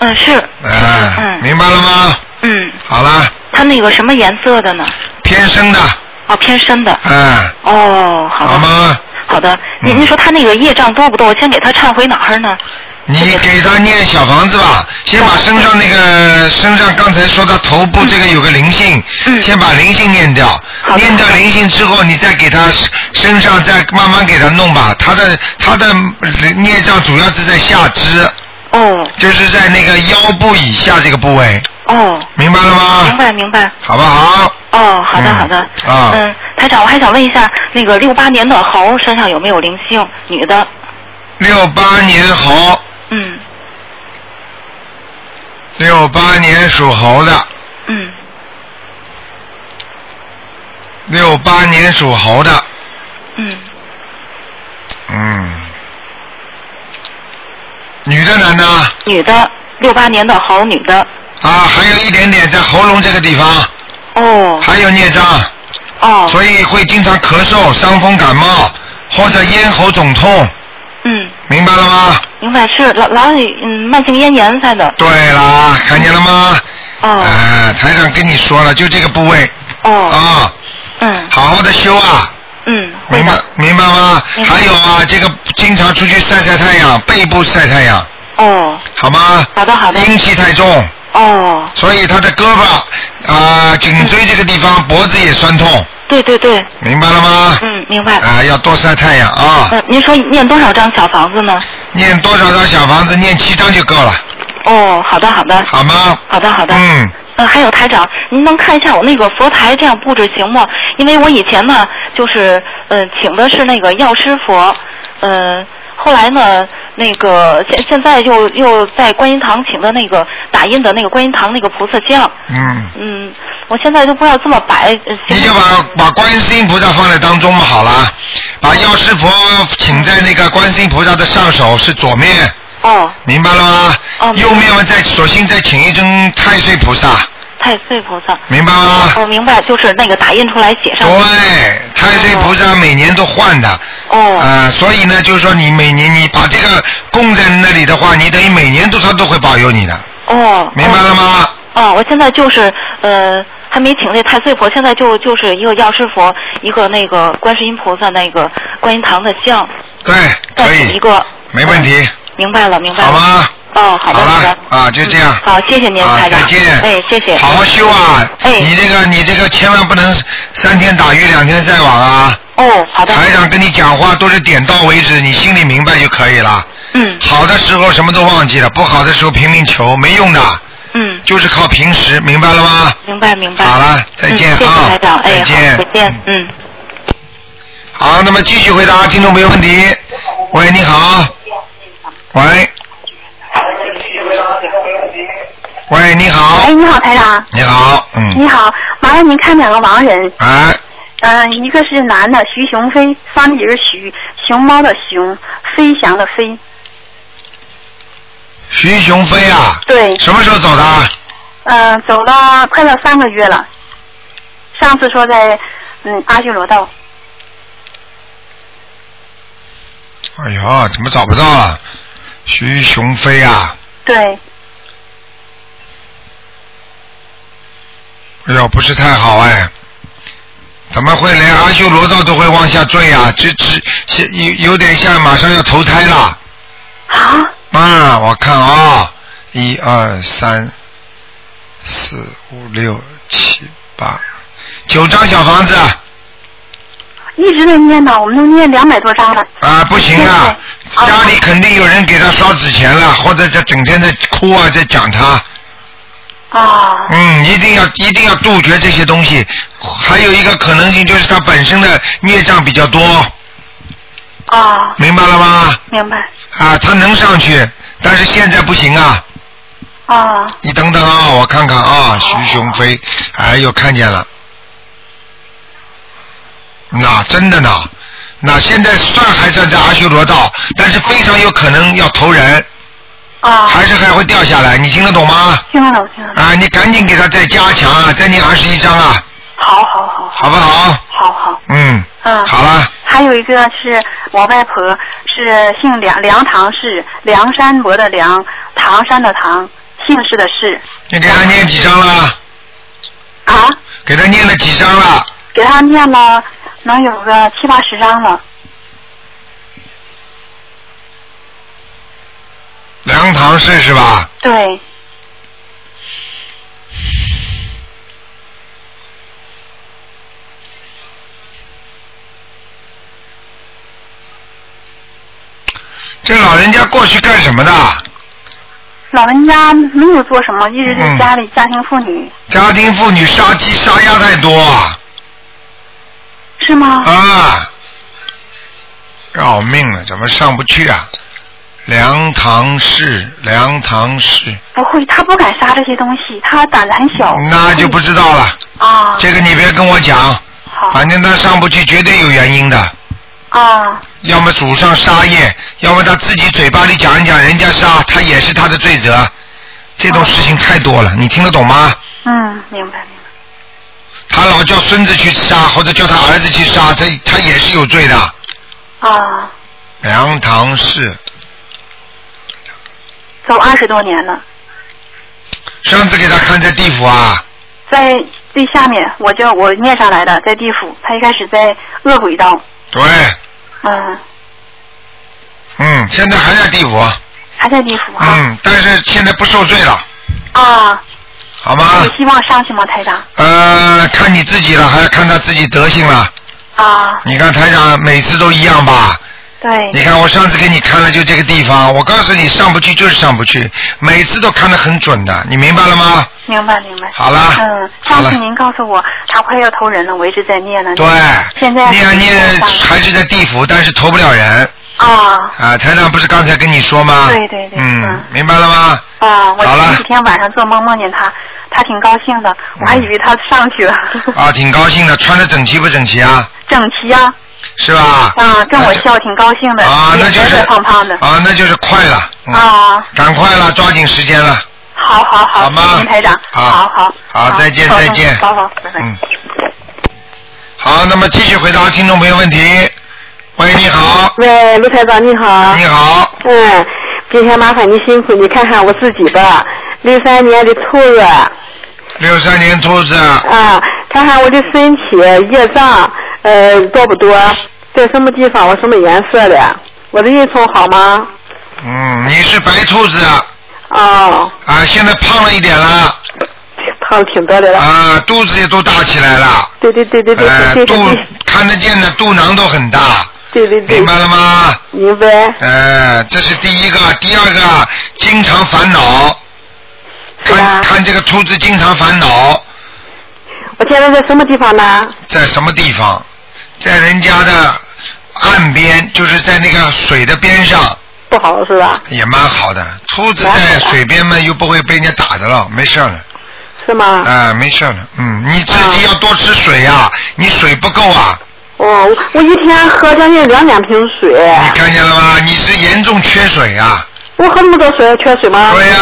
Speaker 6: 嗯是，
Speaker 1: 哎、
Speaker 6: 嗯
Speaker 1: 明白了吗？
Speaker 6: 嗯，
Speaker 1: 好了，
Speaker 6: 他那个什么颜色的呢？
Speaker 1: 偏生的，
Speaker 6: 哦，偏深的。
Speaker 1: 哎、
Speaker 6: 哦，好的，
Speaker 1: 好吗？
Speaker 6: 好的。您
Speaker 1: 嗯
Speaker 6: 您说他那个业障多不多？我先给他忏悔哪儿呢？
Speaker 1: 你给他念小房子吧，先把身上那个身上刚才说他头部这个有个灵性，
Speaker 6: 嗯
Speaker 1: 先把灵性念掉，
Speaker 6: 好的
Speaker 1: 念掉灵性之后，你再给他身上再慢慢给他弄吧。他的他的孽障主要是在下肢，
Speaker 6: 哦
Speaker 1: 就是在那个腰部以下这个部位，
Speaker 6: 哦，
Speaker 1: 明白了
Speaker 6: 明
Speaker 1: 吗？
Speaker 6: 白明白。
Speaker 1: 好不好？
Speaker 6: 哦，好的
Speaker 1: 啊嗯
Speaker 6: 好的。
Speaker 1: 啊
Speaker 6: 嗯，台长，我还想问一下，那个六八年的猴身上有没有灵性？女的。
Speaker 1: 六八年猴，
Speaker 6: 嗯
Speaker 1: 六八年属猴的，
Speaker 6: 嗯
Speaker 1: 六八年属猴的，
Speaker 6: 嗯
Speaker 1: 嗯，女的男的啊？
Speaker 6: 女的，六八年的猴女的。
Speaker 1: 啊，还有一点点在喉咙这个地方，
Speaker 6: 哦
Speaker 1: 还有孽障，
Speaker 6: 哦，
Speaker 1: 所以会经常咳嗽、伤风感冒或者咽喉肿痛，
Speaker 6: 嗯，
Speaker 1: 明白了吗？
Speaker 6: 明白是老老嗯慢性咽炎在的。
Speaker 1: 对啦，看见了吗？
Speaker 6: 哦
Speaker 1: 啊，台长跟你说了，就这个部位
Speaker 6: 哦，
Speaker 1: 啊，
Speaker 6: 嗯
Speaker 1: 好好的修啊，
Speaker 6: 嗯，会
Speaker 1: 明白
Speaker 6: 的。
Speaker 1: 明白吗？
Speaker 6: 明白
Speaker 1: 还有啊，这个经常出去晒晒太阳，背部晒太阳，
Speaker 6: 哦，
Speaker 1: 好吗？
Speaker 6: 好的好的。
Speaker 1: 阴气太重，
Speaker 6: 哦，
Speaker 1: 所以他的胳膊啊、颈椎这个地方、脖子也酸痛，
Speaker 6: 对对对，
Speaker 1: 明白了吗？
Speaker 6: 嗯，明白。
Speaker 1: 啊、要多晒太阳啊！
Speaker 6: 嗯，您说念多少张小房子呢？
Speaker 1: 念多少张小房子？念七张就够了，
Speaker 6: 哦，好的好的，
Speaker 1: 好吗？
Speaker 6: 好的好的。
Speaker 1: 嗯，
Speaker 6: 呃，还有台长，您能看一下我那个佛台这样布置行吗？因为我以前呢，就是呃请的是那个药师佛，呃，后来呢，那个现现在又又在观音堂请的那个打印的那个观音堂那个菩萨像，
Speaker 1: 嗯，
Speaker 6: 嗯，我现在就不知道这么摆，呃
Speaker 1: 你
Speaker 6: 行
Speaker 1: 就
Speaker 6: 吗
Speaker 1: 把把观世音菩萨放在当中嘛，好了，
Speaker 6: 嗯
Speaker 1: 把药师佛请在那个观世音菩萨的上手是左面，
Speaker 6: 哦，
Speaker 1: 明白了吗？
Speaker 6: 哦
Speaker 1: 右面嘛，再索性再请一尊太岁菩萨，
Speaker 6: 太岁菩萨，
Speaker 1: 明白吗？
Speaker 6: 我、明白，就是那个打印出来写上，
Speaker 1: 对，太岁菩萨每年都换的，
Speaker 6: 哦，
Speaker 1: 啊，所以呢，就是说你每年你把这个供在那里的话，你等于每年都他都会保佑你的，
Speaker 6: 哦，
Speaker 1: 明白了吗？
Speaker 6: 哦，我现在就是呃，还没请这太岁佛，现在就就是一个药师佛，一个那个观世音菩萨那个观音堂的像，
Speaker 1: 对，
Speaker 6: 再
Speaker 1: 可
Speaker 6: 请一
Speaker 1: 以，
Speaker 6: 个。
Speaker 1: 没问题，
Speaker 6: 明白了，明白了。
Speaker 1: 好？吗？
Speaker 6: 哦，好
Speaker 1: 好
Speaker 6: 的，
Speaker 1: 了
Speaker 6: 好的。
Speaker 1: 啊就这样
Speaker 6: 嗯好，谢谢您，
Speaker 1: 啊，
Speaker 6: 台长。
Speaker 1: 再见。
Speaker 6: 哎，谢谢。
Speaker 1: 好好修啊！
Speaker 6: 哎
Speaker 1: 你这个你这个千万不能三天打鱼两天晒网啊！
Speaker 6: 哦，好的。
Speaker 1: 台长跟你讲话都是点到为止，你心里明白就可以了。
Speaker 6: 嗯
Speaker 1: 好的时候什么都忘记了，不好的时候拼命求，没用的，
Speaker 6: 嗯，
Speaker 1: 就是靠平时，明白了吗？
Speaker 6: 明白明白。
Speaker 1: 好了，再见
Speaker 6: 嗯、谢谢
Speaker 1: 啊！
Speaker 6: 台长，哎，
Speaker 1: 再
Speaker 6: 好，
Speaker 1: 见，
Speaker 6: 再见，嗯。
Speaker 1: 好，那么继续回答听众朋友问题。喂，你好。喂。喂，你好
Speaker 5: 哎，。你好，台长。
Speaker 1: 你好，嗯。
Speaker 5: 你好，麻烦您看两个亡人，
Speaker 1: 哎，
Speaker 5: 嗯、一个是男的，徐雄飞，三点儿徐，熊猫的熊，飞翔的飞，
Speaker 1: 徐雄飞啊，
Speaker 5: 对，
Speaker 1: 什么时候走的？
Speaker 5: 嗯、走了快到三个月了，上次说在嗯阿修罗道，
Speaker 1: 哎呦，怎么找不到了？徐雄飞啊，
Speaker 5: 对，
Speaker 1: 哎呦，不是太好哎。怎么会连阿修罗道都会往下坠啊？这这有有点像马上要投胎了。
Speaker 5: 啊，
Speaker 1: 啊，我看啊、一二三四五六七八，九张小房子啊
Speaker 5: 一直在念叨，我们都念两百多章了，
Speaker 1: 啊，不行啊，
Speaker 5: 对对
Speaker 1: 家里肯定有人给他烧纸钱了，或者在整天在哭啊，在讲他，
Speaker 5: 啊，
Speaker 1: 嗯，一定要一定要杜绝这些东西。还有一个可能性就是他本身的孽障比较多，
Speaker 5: 啊，
Speaker 1: 明白了吗？
Speaker 5: 明白，
Speaker 1: 啊，他能上去，但是现在不行啊。
Speaker 5: 啊，
Speaker 1: 你等等啊，我看看啊，徐雄飞，哎呦，看见了，那真的呢，那现在算还算在阿修罗道，但是非常有可能要投人，
Speaker 5: 啊，
Speaker 1: 还是还会掉下来，你听得懂吗？
Speaker 5: 听了，我听了，
Speaker 1: 啊，你赶紧给他再加强啊，再念二十一章啊，
Speaker 5: 好好好，
Speaker 1: 好不好？
Speaker 5: 好好，
Speaker 1: 嗯，
Speaker 5: 嗯，
Speaker 1: 好了，
Speaker 5: 还有一个是我外婆，是姓梁，梁唐氏，梁山伯的梁，唐山的唐，姓氏的氏。
Speaker 1: 你给他念几章了？
Speaker 5: 啊，
Speaker 1: 给他念了几章了？
Speaker 5: 给他念了能有个呃七八十章了。
Speaker 1: 梁唐氏是吧？
Speaker 5: 对，
Speaker 1: 这老人家过去干什么的？
Speaker 5: 老人家没有做什么，
Speaker 1: 嗯
Speaker 5: 一直在家里家庭妇女，
Speaker 1: 家庭妇女杀鸡杀鸭太多啊！
Speaker 5: 是吗？
Speaker 1: 啊，要命了，怎么上不去啊？梁唐氏，梁唐氏，
Speaker 5: 不会，他不敢杀这些东西，他胆子很
Speaker 6: 哦
Speaker 5: 小。
Speaker 1: 那就不知道了。
Speaker 5: 啊，
Speaker 1: 嗯这个你别跟我讲，
Speaker 5: 好，
Speaker 1: 反正他上不去，绝对有原因的。
Speaker 5: 哦，
Speaker 1: 要么祖上杀业，要么他自己嘴巴里讲一讲，人家杀他也是他的罪责。这种事情太多了，你听得懂吗？
Speaker 5: 嗯，明白明白。
Speaker 1: 他老叫孙子去杀，或者叫他儿子去杀，他他也是有罪的。
Speaker 5: 哦，
Speaker 1: 梁唐氏，
Speaker 5: 走二十多年了，
Speaker 1: 上次给他看在地府啊，
Speaker 5: 在最下面，我就我念上来的，在地府，他一开始在恶鬼道，
Speaker 1: 对，
Speaker 5: 嗯，
Speaker 1: 嗯，现在还在地府，啊
Speaker 5: 还在地府哈。
Speaker 1: 嗯，但是现在不受罪了，嗯
Speaker 5: 啊，
Speaker 1: 好吗
Speaker 5: 有？希望上去吗，台长？
Speaker 1: 呃，看你自己了，还要看他自己德性了。
Speaker 5: 啊，
Speaker 1: 你看台长每次都一样吧？
Speaker 5: 对，
Speaker 1: 你看我上次给你看了就这个地方，我告诉你上不去就是上不去，每次都看得很准的，你明白了吗？
Speaker 5: 明白明白。
Speaker 1: 好了，
Speaker 5: 嗯，
Speaker 1: 好
Speaker 5: 上次
Speaker 1: 了，
Speaker 5: 您告诉我他快要投人了，我一直在念呢。
Speaker 1: 对，
Speaker 5: 嗯现在
Speaker 1: 念啊念
Speaker 5: 上
Speaker 1: 还是在地府，但是投不了人
Speaker 5: 啊
Speaker 1: 啊。台长不是刚才跟你说吗？
Speaker 5: 对对对
Speaker 1: 嗯
Speaker 5: 嗯，
Speaker 1: 明白了吗？
Speaker 5: 啊！我
Speaker 1: 好了
Speaker 5: 前几天晚上做梦梦见他，他挺高兴的，我还以为他上去了，
Speaker 1: 啊，挺高兴的，穿的整齐不整齐啊？
Speaker 5: 整齐啊
Speaker 1: 是吧？
Speaker 5: 啊，跟我
Speaker 1: 那就
Speaker 5: 笑挺高兴的，
Speaker 1: 啊，那
Speaker 5: 脸
Speaker 1: 就是
Speaker 5: 圆圆胖胖的
Speaker 1: 啊，那就是快了，嗯，
Speaker 5: 啊。
Speaker 1: 赶快了，抓紧时间了，
Speaker 5: 好好好，
Speaker 1: 吗？
Speaker 5: 谢谢您台长，
Speaker 1: 啊
Speaker 5: 好好
Speaker 1: 好，再见
Speaker 5: 好
Speaker 1: 再见，
Speaker 5: 好好，拜拜。
Speaker 1: 嗯。好，那么继续回答听众朋友问题。喂，你好，
Speaker 2: 喂，卢台长你好。
Speaker 1: 你好，
Speaker 2: 嗯，今天麻烦您辛苦，你看看我自己吧，六三年的兔子
Speaker 1: 六三年兔子，
Speaker 2: 啊，看看我的身体业障呃多不多，在什么地方，我什么颜色的，我的运程好吗？
Speaker 1: 嗯，你是白兔子
Speaker 2: 哦，
Speaker 1: 啊，现在胖了一点了
Speaker 2: 胖了挺多的了。
Speaker 1: 啊，肚子也都大起来了，
Speaker 2: 对对嗯对对对
Speaker 1: 呃，
Speaker 2: 对对
Speaker 1: 肚
Speaker 2: 对嗯
Speaker 1: 看得见的肚囊都很大，
Speaker 2: 对对对
Speaker 1: 明，白了吗？
Speaker 2: 明白
Speaker 1: 呃，这是第一个，第二个经常烦恼，
Speaker 2: 是
Speaker 1: 看
Speaker 2: 吧？
Speaker 1: 看这个兔子经常烦恼
Speaker 2: 我现在在什么地方呢？
Speaker 1: 在什么地方，在人家的岸边，就是在那个水的边上，
Speaker 2: 不好是吧？
Speaker 1: 也蛮好的。兔子在水边嘛，又不会被人家打的了，没事儿了，
Speaker 2: 是吗？
Speaker 1: 啊、没事儿了，嗯，你自己要多吃水呀、你水不够啊，
Speaker 2: 哦，我一天喝将近两两瓶水，
Speaker 5: 嗯
Speaker 1: 你看见了吗？你是严重缺水啊。
Speaker 2: 我喝那么多水缺水吗？
Speaker 1: 对呀、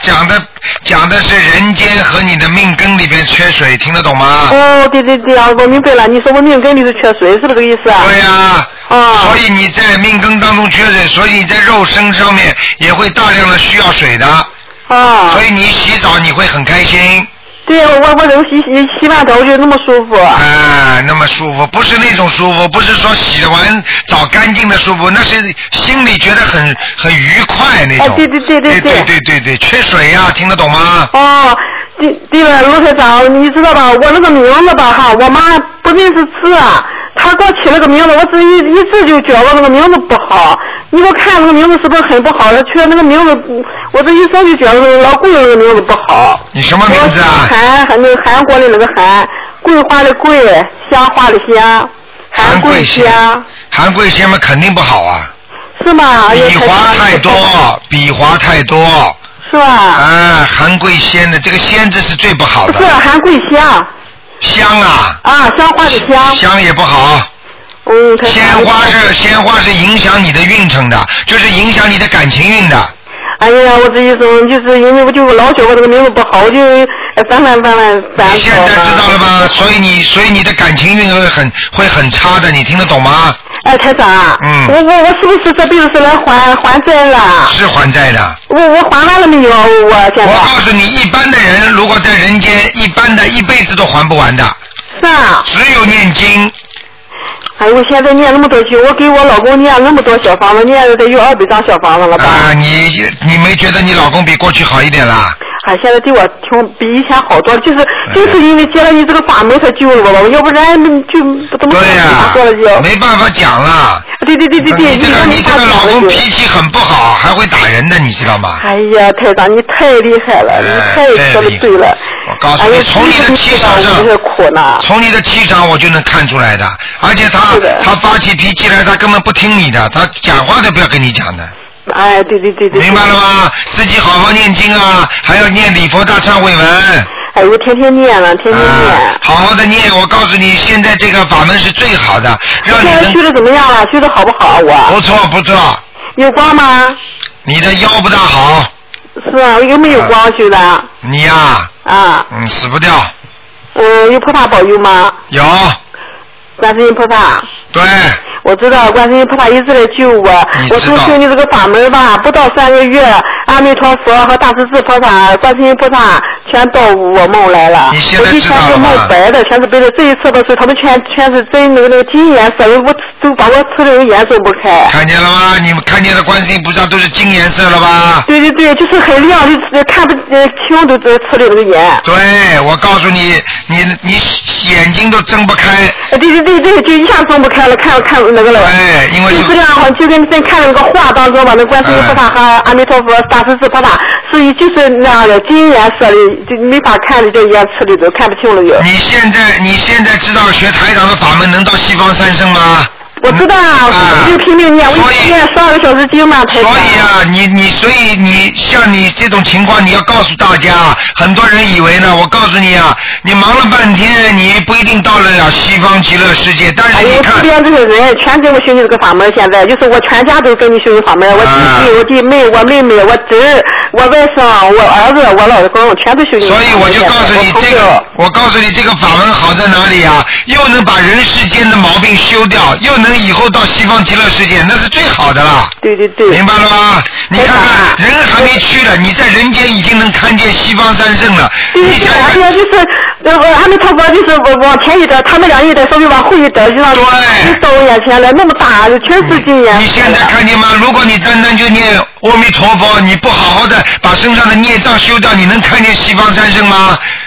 Speaker 1: 讲的讲的是人间和你的命根里边缺水，听得懂吗？
Speaker 2: 哦，对对对啊，我明白了，你说我命根里是缺水，是不是这个意思啊？
Speaker 1: 对呀、
Speaker 2: 啊
Speaker 1: 所以你在命根当中缺水，所以你在肉身上面也会大量的需要水的。
Speaker 2: 啊
Speaker 1: 所，以你洗澡你会很开心，
Speaker 2: 对，我我我洗洗洗完头就那么舒服。啊
Speaker 1: 哎、那么舒服，不是那种舒服，不是说洗完澡干净的舒服，那是心里觉得很很愉快那种。
Speaker 2: 哎对对对
Speaker 1: 对
Speaker 2: 对对
Speaker 1: 对对对对缺水呀、听得懂吗？
Speaker 2: 哦，对对了，卢台长，你知道吧？我那个名字吧哈，我妈不认识字啊，她给我起了个名字，我只一一直就觉得那个名字不好。你给我看那个名字是不是很不好？缺那个名字，我这一生就觉得老贵那个名字不好。
Speaker 1: 你什么名字啊
Speaker 2: 我？韩韩那个韩国的那个韩，桂花的桂，香花的香，
Speaker 1: 韩
Speaker 2: 桂
Speaker 1: 桂仙，
Speaker 2: 啊
Speaker 1: 韩桂仙嘛肯定不好啊，
Speaker 2: 是吗？哎呀
Speaker 1: 笔划太多，笔划太多。
Speaker 2: 是吧？
Speaker 1: 啊，韩桂仙的这个仙字是最不好
Speaker 2: 不是
Speaker 5: 啊
Speaker 1: 的，
Speaker 2: 韩桂香
Speaker 1: 香啊，
Speaker 2: 啊，香花的香，
Speaker 1: 香也不好。
Speaker 2: 嗯，可是
Speaker 1: 鲜花是鲜花是影响你的运程的，就是影响你的感情运的。
Speaker 2: 哎呀，我这一生就是因为我就老觉得这个名字不好，我就呃翻翻翻翻翻。
Speaker 1: 你现在知道了？吧？所以你所以你的感情运会很会很差的，你听得懂吗？
Speaker 2: 哎，台长啊，
Speaker 1: 嗯
Speaker 2: 我我我是不是这辈子是来还还债
Speaker 5: 啊
Speaker 2: 了？
Speaker 1: 是还债的。
Speaker 2: 我我还完了没有？我现
Speaker 1: 我
Speaker 2: 在
Speaker 1: 告诉你，一般的人如果在人间，一般的一辈子都还不完的，
Speaker 2: 是啊，
Speaker 1: 只有念经。
Speaker 2: 哎呦，我现在念那么多经，我给我老公念那么多小房子，念了得有二百张小房子了吧？
Speaker 1: 啊、你你没觉得你老公比过去好一点啦？
Speaker 2: 哎，现在对我挺比以前好多了，就是就是因为接了你这个法门才救了我吧，要不然就不怎么
Speaker 1: 对呀、
Speaker 2: 说了就。
Speaker 1: 没办法讲啦。
Speaker 2: 对对对对对，
Speaker 1: 你这个
Speaker 2: 让
Speaker 1: 你这个
Speaker 2: 爸
Speaker 1: 老
Speaker 2: 讲
Speaker 1: 公
Speaker 2: 了就
Speaker 1: 脾气很不好，还会打人的，你知道吗？
Speaker 2: 哎呀，台长，你太厉害了，你
Speaker 1: 哎
Speaker 2: 太说的对了。
Speaker 1: 我告诉
Speaker 2: 哎
Speaker 1: 啊你，
Speaker 2: 呀
Speaker 1: 从你的气场
Speaker 2: 真是
Speaker 1: 上
Speaker 2: 我就是苦呢，。
Speaker 1: 从你的气场我就能看出来的。而且他
Speaker 2: 是的
Speaker 1: 他发起脾气来，他根本不听你的，他讲话都不要跟你讲的，
Speaker 2: 哎，对对对对。
Speaker 1: 明白了吗？自己好好念经啊，还要念礼佛大忏悔文。
Speaker 2: 哎呦，天天念了，天天
Speaker 1: 啊
Speaker 2: 念。，
Speaker 1: 好好的念，我告诉你，现在这个法门是最好的，让
Speaker 2: 现
Speaker 1: 你
Speaker 2: 在
Speaker 1: 能哦
Speaker 2: 修的怎么样了？修的好不好啊？我
Speaker 1: 不错不错，
Speaker 2: 有光吗？
Speaker 1: 你的腰不大好，
Speaker 2: 是啊，我又没有光修的
Speaker 1: 你呀、
Speaker 2: 啊。
Speaker 1: 嗯，死不掉，
Speaker 2: 嗯，有菩萨保佑吗？
Speaker 1: 有，
Speaker 2: 观世音菩萨，
Speaker 1: 对，
Speaker 2: 我知道观世音菩萨一直来救我。
Speaker 1: 你
Speaker 2: 我
Speaker 1: 知道
Speaker 2: 从修你这个法门吧，不到三个月，阿弥陀佛和大势至菩萨、观世音菩萨全到我梦来了。
Speaker 1: 你现
Speaker 2: 我
Speaker 1: 在
Speaker 2: 以
Speaker 1: 知道
Speaker 2: 前是
Speaker 1: 了吧
Speaker 2: 梦白的，全是白的。这一次的时候，他们全全是真那个那个金颜色，我都把我吃的有眼睁不开。
Speaker 1: 看见了吗？你们看见的观世音菩萨都是金颜色了吧？
Speaker 2: 对对对，就是很亮，就是看不呃清都都吃的那个眼。
Speaker 1: 对，我告诉你，你你眼睛都睁不开，
Speaker 2: 呃对对对对，就一下睁不开了，看看那个了。
Speaker 1: 对，因为
Speaker 2: 就是这样好像就跟在看那个画当中吧，那观世音菩萨和阿弥陀佛、大势至菩萨是一就是那样的金颜色的，就没法看的，这眼吃里头看不清了有。
Speaker 1: 你现在你现在知道学台长的法门能到西方三圣吗？
Speaker 2: 我知道，
Speaker 1: 嗯啊
Speaker 2: 我就拼命念，我
Speaker 1: 所
Speaker 2: 一
Speaker 1: 以
Speaker 2: 天念十二个小时经嘛，
Speaker 1: 所
Speaker 2: 台长。
Speaker 1: 以啊，你你所以你像你这种情况，你要告诉大家，很多人以为呢，我告诉你啊，你忙了半天，你不一定到得了西方极乐世界，但
Speaker 2: 哎
Speaker 1: 是
Speaker 2: 呦，
Speaker 1: 你
Speaker 2: 我
Speaker 1: 看。
Speaker 2: 身边这些人全跟我学习这个法门，现在就是我全家都跟你学习法门，我
Speaker 1: 啊
Speaker 2: 弟弟、我弟妹、我妹妹、我侄儿、我外甥、我儿子、我老公全都学习。
Speaker 1: 所以我就告诉你
Speaker 2: 我朋
Speaker 1: 这
Speaker 2: 友
Speaker 1: 个，我告诉你这个法门好在哪里啊？又能把人世间的毛病修掉，又能以后到西方极乐世界，那是最好的啦。
Speaker 2: 对对对，
Speaker 1: 明白了吗？你看
Speaker 2: 哎
Speaker 1: 看，人还没去呢，你在人间已经能看见西方三圣了。
Speaker 2: 对
Speaker 1: 你
Speaker 2: 对对，
Speaker 1: 想
Speaker 2: 而
Speaker 1: 想，
Speaker 2: 且就是呃，我阿弥陀佛就是我往前一点，他们俩一点稍微往后一点，就让
Speaker 1: 对
Speaker 2: 就到我眼前来，那么大，全是金眼。
Speaker 1: 你现在看见吗？如果你单单就念阿弥陀佛，你不好好的把身上的孽障修掉，你能看见西方三圣吗？你
Speaker 2: 是是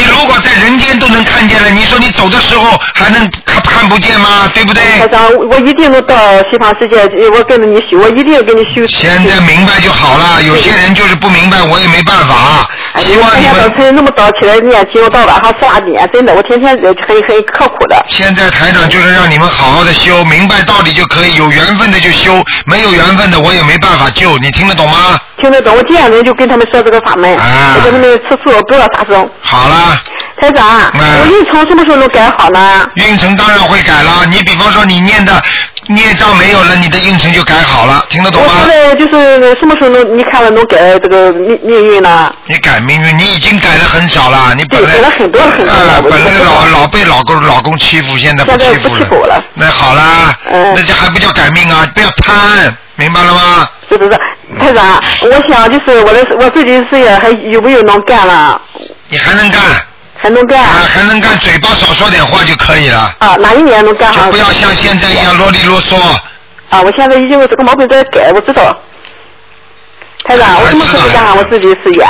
Speaker 2: 是，
Speaker 1: 如果在人间都能看见了，你说你走的时候还能看看不见吗？对不对？
Speaker 2: 台长，我一定能到西方世界，呃我跟着你修，我一定跟你修。
Speaker 1: 现在明白就好了，有些人就是不明白，我也没办法。啊
Speaker 2: 哎
Speaker 1: 希
Speaker 2: 呦
Speaker 1: 望
Speaker 2: 天
Speaker 1: 你
Speaker 2: 天早
Speaker 1: 们
Speaker 2: 晨那么早起来念经，到晚上十二点，真的，我天天呃很很刻苦的。
Speaker 1: 现在台长就是让你们好好的修，明白道理就可以，有缘分的就修，没有缘分的我也没办法救，你听得懂吗？
Speaker 2: 听得懂，我见人就跟他们说这个法门，
Speaker 1: 啊
Speaker 2: 我跟他们吃素，不要杀生。
Speaker 1: 好了，
Speaker 2: 台长，
Speaker 1: 嗯
Speaker 2: 我运程什么时候能改好呢？
Speaker 1: 运程当然会改了。你比方说你念的孽障没有了，你的运程就改好了，听得懂
Speaker 2: 我
Speaker 1: 吗？
Speaker 2: 现在就是什么时候能你看了能改这个命命运呢？
Speaker 1: 你改命运，你已经改的很少了，你本来
Speaker 2: 对改了很多很多了
Speaker 1: 呃
Speaker 2: 我
Speaker 1: 本来
Speaker 2: 知道
Speaker 1: 老老被老公老公欺负，现在不
Speaker 2: 现在
Speaker 1: 欺
Speaker 2: 不
Speaker 1: 负
Speaker 2: 欺负我了
Speaker 1: 那好啦，
Speaker 2: 嗯
Speaker 1: 那这还不叫改命啊！不要贪，明白了吗？
Speaker 2: 是不是？台长，我想就是我的我自己事业还有没有能干了？
Speaker 1: 你还能干
Speaker 2: 还能干
Speaker 1: 啊？还能干，嘴巴少说点话就可以了，
Speaker 2: 啊？哪一年能干
Speaker 1: 就
Speaker 2: 好
Speaker 1: 不？要像现在一样啰里啰嗦。
Speaker 2: 啊，我现在已经有这个毛病在改，我知道。台长，我什么时候能干好我自己事业？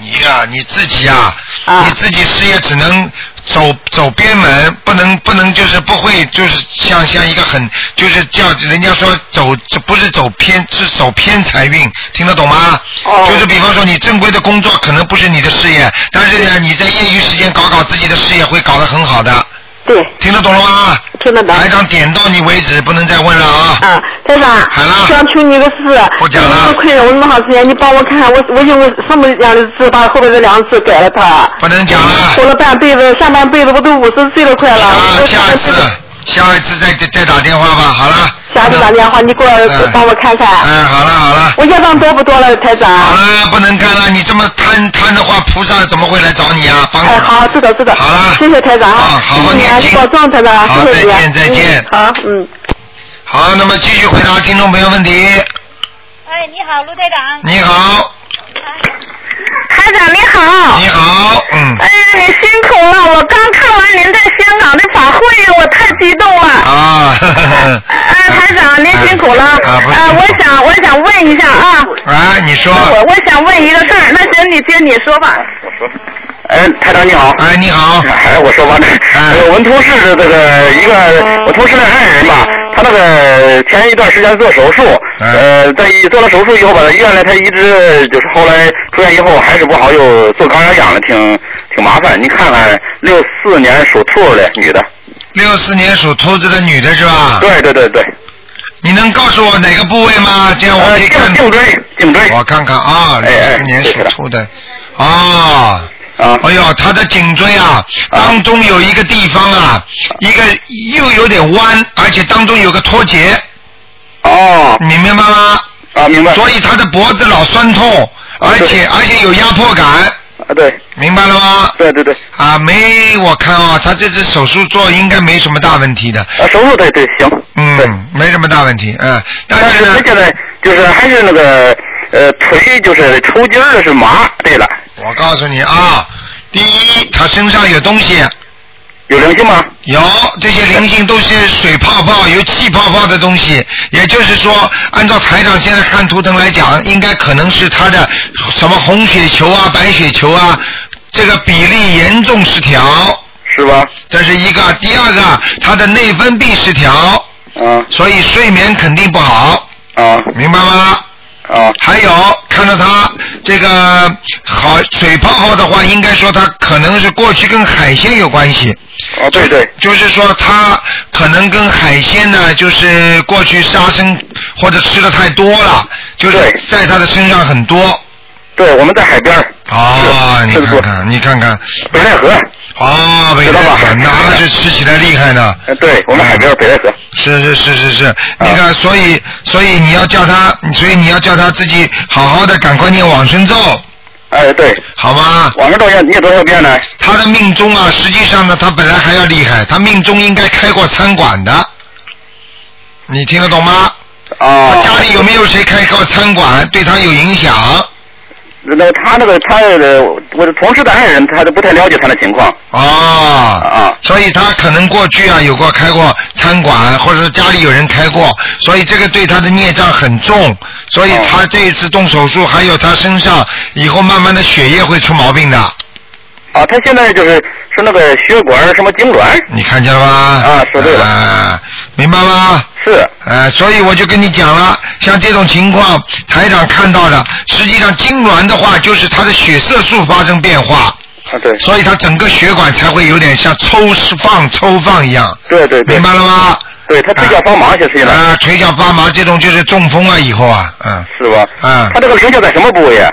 Speaker 1: 你呀、你自己呀、
Speaker 2: 啊
Speaker 1: 你自己事业只能走走边门，不能不能就是不会就是像像一个很就是叫人家说走这不是走偏是走偏财运，听得懂吗？
Speaker 2: 哦
Speaker 1: 就是比方说你正规的工作可能不是你的事业，但是呢你在业余时间搞搞自己的事业会搞得很好的，
Speaker 2: 对，
Speaker 1: 听得懂了吗？
Speaker 2: 听得懂。
Speaker 1: 台长点到你为止，不能再问了啊。
Speaker 2: 啊，台长
Speaker 1: 好了，
Speaker 2: 想求你个事，
Speaker 1: 不讲了
Speaker 2: 我这个困扰我那么长时间，你帮我看，我我因为什么样的字把后边这两个字改了它？
Speaker 1: 不能讲了
Speaker 2: 活了半辈子，下半辈子我都五十岁了，快了。
Speaker 1: 哎啊
Speaker 2: 我，
Speaker 1: 下
Speaker 2: 半
Speaker 1: 一
Speaker 2: 辈子
Speaker 1: 次，下一次再再打电话吧。好了。
Speaker 2: 下次打电话，你给我、
Speaker 1: 嗯
Speaker 2: 帮我看看，
Speaker 1: 嗯，好了好了。
Speaker 2: 我业障多不多了，台
Speaker 7: 啊
Speaker 2: 长？
Speaker 1: 好啊了，不能干了，你这么贪贪的话，菩萨怎么会来找你啊？帮你。
Speaker 2: 哎，好，知道知道。
Speaker 1: 好了
Speaker 2: 谢谢台长
Speaker 1: 啊好好
Speaker 2: 谢谢你啊，
Speaker 1: 念经
Speaker 2: 你保重，台长，
Speaker 1: 好
Speaker 2: 谢谢你啊。
Speaker 1: 再见再见
Speaker 2: 嗯好，嗯。
Speaker 1: 好那么继续回答听众朋友问题。
Speaker 8: 哎，你好，卢台长。
Speaker 1: 你好，
Speaker 7: 台长你好，
Speaker 1: 你好，嗯，
Speaker 7: 哎呀，你辛苦了，我刚看完您在香港的法会，我太激动了。
Speaker 1: 啊，呵呵呵
Speaker 7: 呃，哎台长，您辛苦了。
Speaker 1: 啊，不是
Speaker 7: 呃，我想，我想问一下啊，
Speaker 1: 啊，你说，
Speaker 7: 我我想问一个事儿，那行，你先你说吧。
Speaker 9: 哎，台长你好。
Speaker 1: 哎，你好，
Speaker 9: 哎，我说吧，
Speaker 1: 哎
Speaker 9: 呃我们同事的这个一个，我同事的爱人吧，他那个前一段时间做手术，
Speaker 1: 哎
Speaker 9: 呃，在一做了手术以后吧，把他院来他一直就是后来住院以后还是不好，又做高压氧了，挺挺麻烦。你看看，六四年属兔的女的，
Speaker 1: 六四年属兔子的女的是吧？
Speaker 9: 对对对对，
Speaker 1: 你能告诉我哪个部位吗？这样我可
Speaker 9: 呃，
Speaker 1: 以
Speaker 9: 颈
Speaker 1: 看，
Speaker 9: 颈椎颈椎，
Speaker 1: 我看看啊，
Speaker 9: 哎
Speaker 1: 六
Speaker 9: 哎
Speaker 1: 四年属兔的，啊。啊！哎呦，他的颈椎啊，当中有一个地方啊，一个又有点弯，而且当中有个脱节。
Speaker 9: 哦。
Speaker 1: 你明白吗？
Speaker 9: 啊，明白。
Speaker 1: 所以他的脖子老酸痛，而且而且有压迫感。
Speaker 9: 啊，对。
Speaker 1: 明白了吗？
Speaker 9: 对对对。
Speaker 1: 啊，没，我看啊、他这次手术做应该没什么大问题的。
Speaker 9: 啊，手术对对行。
Speaker 1: 嗯，没什么大问题，嗯，
Speaker 9: 但是他现在就是还是那个呃腿就是抽筋儿的是麻。对了，
Speaker 1: 我告诉你啊，第一，他身上有东西。
Speaker 9: 有灵性吗？
Speaker 1: 有，这些灵性都是水泡泡、有气泡泡的东西。也就是说，按照台长现在看图腾来讲，应该可能是他的什么红血球啊、白血球啊，这个比例严重失调。
Speaker 9: 是吧？
Speaker 1: 这是一个，第二个，他的内分泌失调。
Speaker 9: 嗯。
Speaker 1: 所以睡眠肯定不好。
Speaker 9: 啊。
Speaker 1: 明白吗？
Speaker 9: 啊。
Speaker 1: 还有，看到他这个好水泡泡的话，应该说他可能是过去跟海鲜有关系。
Speaker 9: 哦，对对。
Speaker 1: 就是说他可能跟海鲜呢，就是过去杀生或者吃的太多了，就是在他的身上很多。
Speaker 9: 对，我们在海边儿。
Speaker 1: 哦，你看看，你看看。
Speaker 9: 北戴河。
Speaker 1: 哦，北戴河，那是吃起来厉害呢。
Speaker 9: 呃对，我们海边儿北戴河。
Speaker 1: 是是是是
Speaker 9: 啊
Speaker 1: 是，那个，所以所以你要叫他，所以你要叫他自己好好的，赶快念往生咒。
Speaker 9: 哎，对。
Speaker 1: 好吗？
Speaker 9: 往生咒要念多少遍呢？
Speaker 1: 他的命中啊，实际上呢，他本来还要厉害，他命中应该开过餐馆的，你听得懂吗？
Speaker 9: 啊。
Speaker 1: 家里有没有谁开过餐馆，对他有影响？
Speaker 9: 那他那个他呃我的同事的爱人，他都不太了解他的情况。
Speaker 1: 啊，哦所以他可能过去啊有过开过餐馆，或者是家里有人开过，所以这个对他的孽障很重，所以他这一次动手术，还有他身上以后慢慢的血液会出毛病的，
Speaker 9: 啊，他现在就是是那个血管儿什么痉挛。
Speaker 1: 你看见了吧？啊，
Speaker 9: 说对了
Speaker 1: 啊，明白吗？
Speaker 9: 是。
Speaker 1: 呃，所以我就跟你讲了，像这种情况，台长看到的，实际上痉挛的话，就是他的血色素发生变化。
Speaker 9: 啊，对。
Speaker 1: 所以他整个血管才会有点像抽放、抽放一样。
Speaker 9: 对对对。
Speaker 1: 明白了吗？
Speaker 9: 对他腿脚发麻，就是现在。
Speaker 1: 啊，腿脚发麻这种就是中风啊，以后啊，嗯。
Speaker 9: 是吧？
Speaker 1: 嗯。
Speaker 9: 他这个灵性在什么部位啊？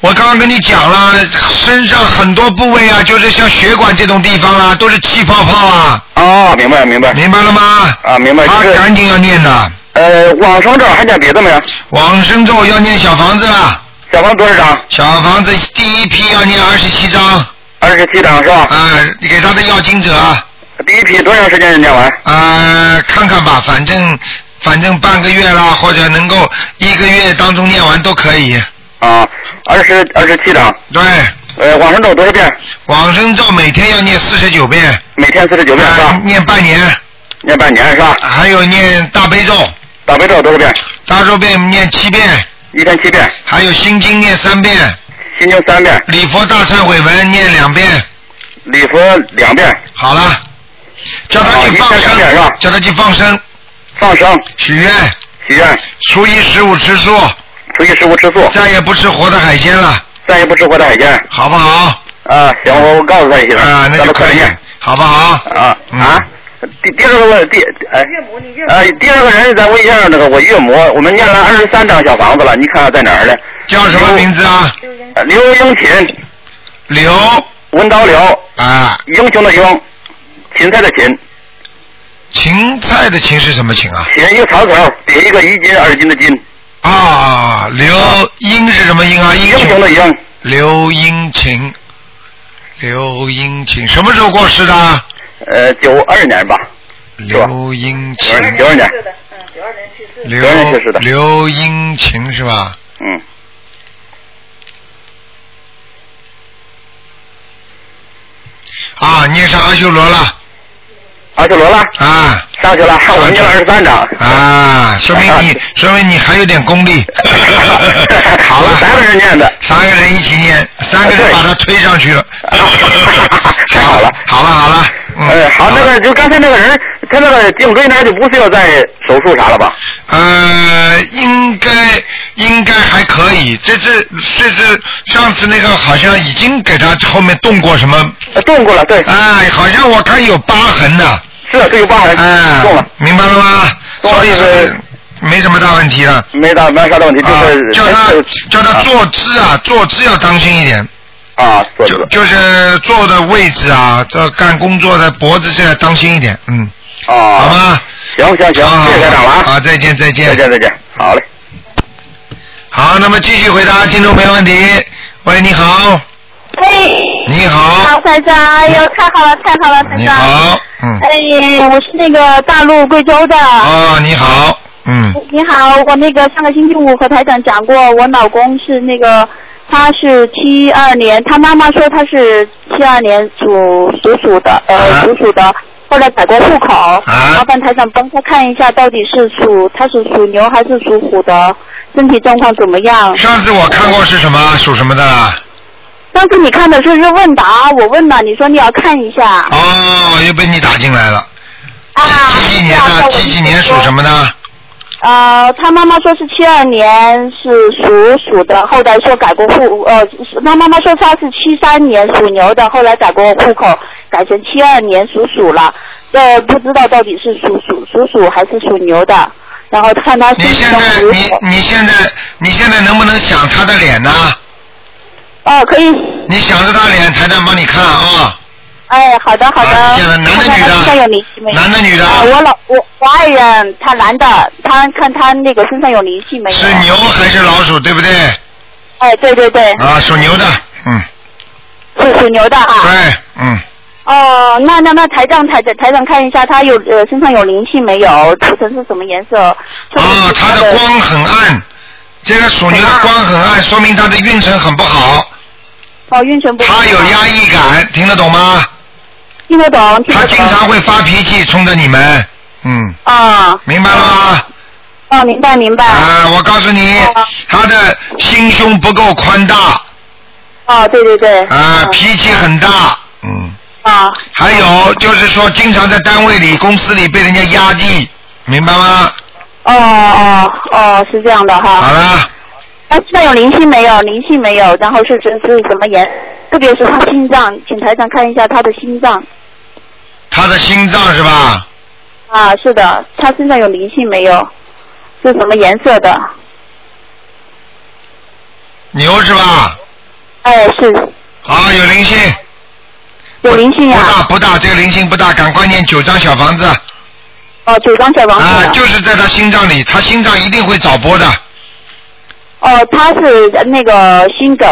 Speaker 1: 我刚刚跟你讲了，身上很多部位啊，就是像血管这种地方啊，都是气泡泡啊。
Speaker 9: 哦，明白明白。
Speaker 1: 明白了吗？
Speaker 9: 啊，明白。
Speaker 1: 他
Speaker 9: 就是
Speaker 1: 赶紧要念的。
Speaker 9: 呃，往生咒还念别的没有？
Speaker 1: 往生咒要念小房子了。
Speaker 9: 小房子多少张？
Speaker 1: 小房子第一批要念二十七张。
Speaker 9: 二十七张是吧？
Speaker 1: 啊、你给他的要经者。啊
Speaker 9: 第一批多长时间念完？
Speaker 1: 呃，看看吧，反正反正半个月啦，或者能够一个月当中念完都可以。
Speaker 9: 啊，二十二十七张。
Speaker 1: 对。
Speaker 9: 呃，往生咒多少遍？
Speaker 1: 往生咒每天要念四十九遍。呃
Speaker 9: 每天四十九遍是吧？
Speaker 1: 念半年。
Speaker 9: 念半年是吧？
Speaker 1: 还有念大悲咒。
Speaker 9: 大悲咒多少遍？
Speaker 1: 大咒遍念七遍。
Speaker 9: 一天七遍。
Speaker 1: 还有心经念三遍。
Speaker 9: 心经三遍。
Speaker 1: 礼佛大忏悔文念两遍。
Speaker 9: 礼佛两遍。
Speaker 1: 好了，叫他去放生，叫他去放生。
Speaker 9: 放生。
Speaker 1: 许愿。
Speaker 9: 许愿。
Speaker 1: 初一十五吃素。
Speaker 9: 初一十五吃素。
Speaker 1: 再也不吃活的海鲜了。
Speaker 9: 再也不吃活的海鲜。
Speaker 1: 好不好？
Speaker 9: 啊，行，我我告诉他一下。
Speaker 1: 啊，那
Speaker 9: 咱
Speaker 1: 就
Speaker 9: 们
Speaker 1: 可
Speaker 9: 快
Speaker 1: 以嗯
Speaker 9: 念。，
Speaker 1: 好不好？
Speaker 9: 啊啊！第第二个问第哎，呃，第二个人咱问一下那个我岳母，我们念了二十三张小房子了，你看看在哪儿呢？
Speaker 1: 叫什么名字啊？
Speaker 9: 呃刘英琴。
Speaker 1: 刘。
Speaker 9: 文刀刘。
Speaker 1: 啊。
Speaker 9: 英雄的英，芹菜的芹，
Speaker 1: 芹菜的芹是什么芹啊？
Speaker 9: 芹一个草草，别一个一斤二斤的斤，
Speaker 1: 啊，刘英是什么英啊？英
Speaker 9: 英雄的英。
Speaker 1: 刘英琴，刘英琴什么时候过世的啊？
Speaker 9: 呃，九二年吧。
Speaker 1: 刘英
Speaker 9: 九
Speaker 1: 琴
Speaker 9: 二，九二年。
Speaker 1: 刘
Speaker 9: 九二年去世的
Speaker 1: 刘英琴是吧？
Speaker 9: 嗯。
Speaker 1: 啊，念上阿修罗了。
Speaker 9: 阿修罗了。
Speaker 1: 啊。
Speaker 9: 上去了，我们念了二十三张。
Speaker 1: 啊，说明你，说明你还有点功力。好了，三
Speaker 9: 个人念的，
Speaker 1: 三个人一起
Speaker 9: 啊
Speaker 1: 念，三个人把他推上去了。 太好了，好了，嗯好了，
Speaker 9: 呃，好，那个就刚才那个人，他那个颈椎那儿就不需要再手术啥了吧？
Speaker 1: 呃，应该应该还可以。这次这次上次那个好像已经给他后面动过什么？
Speaker 9: 动过了，对。啊
Speaker 1: 哎，好像我看有疤痕呢。
Speaker 9: 是，这有疤痕。
Speaker 1: 哎，
Speaker 9: 动了。
Speaker 1: 明白了吗？所以说没什么大问题了。
Speaker 9: 没大没啥大问题，就
Speaker 1: 啊
Speaker 9: 是
Speaker 1: 叫他叫他坐姿啊，坐姿要当心一点。
Speaker 9: 啊，坐
Speaker 1: 就就是坐的位置啊，这干工作的脖子这要当心一点，嗯，
Speaker 9: 啊，
Speaker 1: 好吗？
Speaker 9: 行行行，谢谢台长了啊，
Speaker 1: 好，再见再见。
Speaker 9: 再见再见，好嘞。
Speaker 1: 好，那么继续回答听众朋友问题。喂，你好，
Speaker 5: 嘿，
Speaker 1: 你好，
Speaker 5: 哎好，台长，哎呦，太好了，太好了，
Speaker 1: 啊
Speaker 5: 台长。
Speaker 1: 你好，嗯，
Speaker 5: 哎，我是那个大陆贵州的。
Speaker 1: 哦，你好，嗯，
Speaker 5: 你好，我那个上个星期五和台长讲过，我老公是那个，他是七二年，他妈妈说他是七二年属属鼠的，
Speaker 1: 啊
Speaker 5: 呃，属鼠的。后来改过户口，麻烦台长帮他看一下，到底是属他是属牛还是属虎的，身体状况怎么样？
Speaker 1: 上次我看过是什么属什么的啦？
Speaker 5: 上次你看的是是问答，我问了，你说你要看一下。
Speaker 1: 哦，又被你打进来了。
Speaker 5: 啊，
Speaker 1: 几几年的？几几年属什么的？
Speaker 5: 呃，他妈妈说是七二年是属鼠的，后来说改过户，呃，是他妈妈说他是七三年属牛的，后来改过户口，改成七二年属鼠了。呃，不知道到底是属鼠属鼠还是属牛的，然后看他身上有没有
Speaker 1: 你你现在你现在能不能想他的脸呢？
Speaker 5: 哦，可以，
Speaker 1: 你想着他脸，台长帮你看啊、
Speaker 5: 哎，好的好的，
Speaker 1: 这个男的
Speaker 5: 看看
Speaker 1: 女的
Speaker 5: 他身上有灵性没有？
Speaker 1: 男的女的
Speaker 5: 啊，我老我我爱人他男的，他看他那个身上有灵性没有？啊
Speaker 1: 是牛还是老鼠，对不对？
Speaker 5: 哎，对对对，
Speaker 1: 啊，属牛的，嗯，
Speaker 5: 是属牛的啊。
Speaker 1: 对，嗯，
Speaker 5: 哦，那那那台长台长台长看一下，他有呃身上有灵性没有？图腾是什么颜色？
Speaker 1: 啊，他的光很暗，这个属牛的光很暗，说明他的运程很不好，
Speaker 5: 哦，运程不好。
Speaker 1: 他有压抑感，听得懂吗？
Speaker 5: 听得懂，听
Speaker 1: 他
Speaker 5: 得懂。
Speaker 1: 经常会发脾气冲着你们，嗯，
Speaker 5: 啊
Speaker 1: 明白了吗？
Speaker 5: 哦，明白明白。
Speaker 1: 啊，我告诉你，他的心胸不够宽大，
Speaker 5: 哦，对对对。
Speaker 1: 啊，脾气很大，
Speaker 5: 啊
Speaker 1: 还有就是说，经常在单位里、公司里被人家压抑，明白吗？
Speaker 5: 哦哦哦，是这样的哈。
Speaker 1: 好了，
Speaker 5: 他身上有灵性没有？灵性没有，然后是是是什么颜？特别是他心脏，请台长看一下他的心脏。
Speaker 1: 他的心脏是吧？
Speaker 5: 啊，是的，他身上有灵性没有？是什么颜色的？
Speaker 1: 牛是吧？
Speaker 5: 哎，是
Speaker 1: 啊，有灵
Speaker 5: 哎
Speaker 1: 性。
Speaker 5: 有灵性
Speaker 1: 呀、不大不大，这个灵性不大，赶快念九张小房子。
Speaker 5: 哦，九张小房子。
Speaker 1: 啊，就是在他心脏里，他心脏一定会早搏的。
Speaker 5: 哦，他是那个心梗。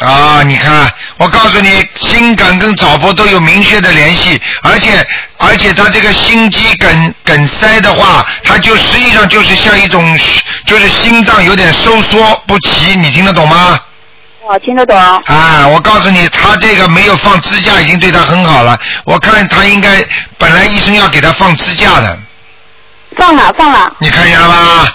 Speaker 1: 啊，你看，我告诉你，心梗跟早搏都有明确的联系，而且而且他这个心肌梗梗塞的话，它就实际上就是像一种，就是心脏有点收缩不齐，你听得懂吗？
Speaker 5: 我哦听得懂。
Speaker 1: 啊，我告诉你，他这个没有放支架已经对他很好了。我看他应该本来医生要给他放支架的，
Speaker 5: 放了放了。
Speaker 1: 你看见了吧？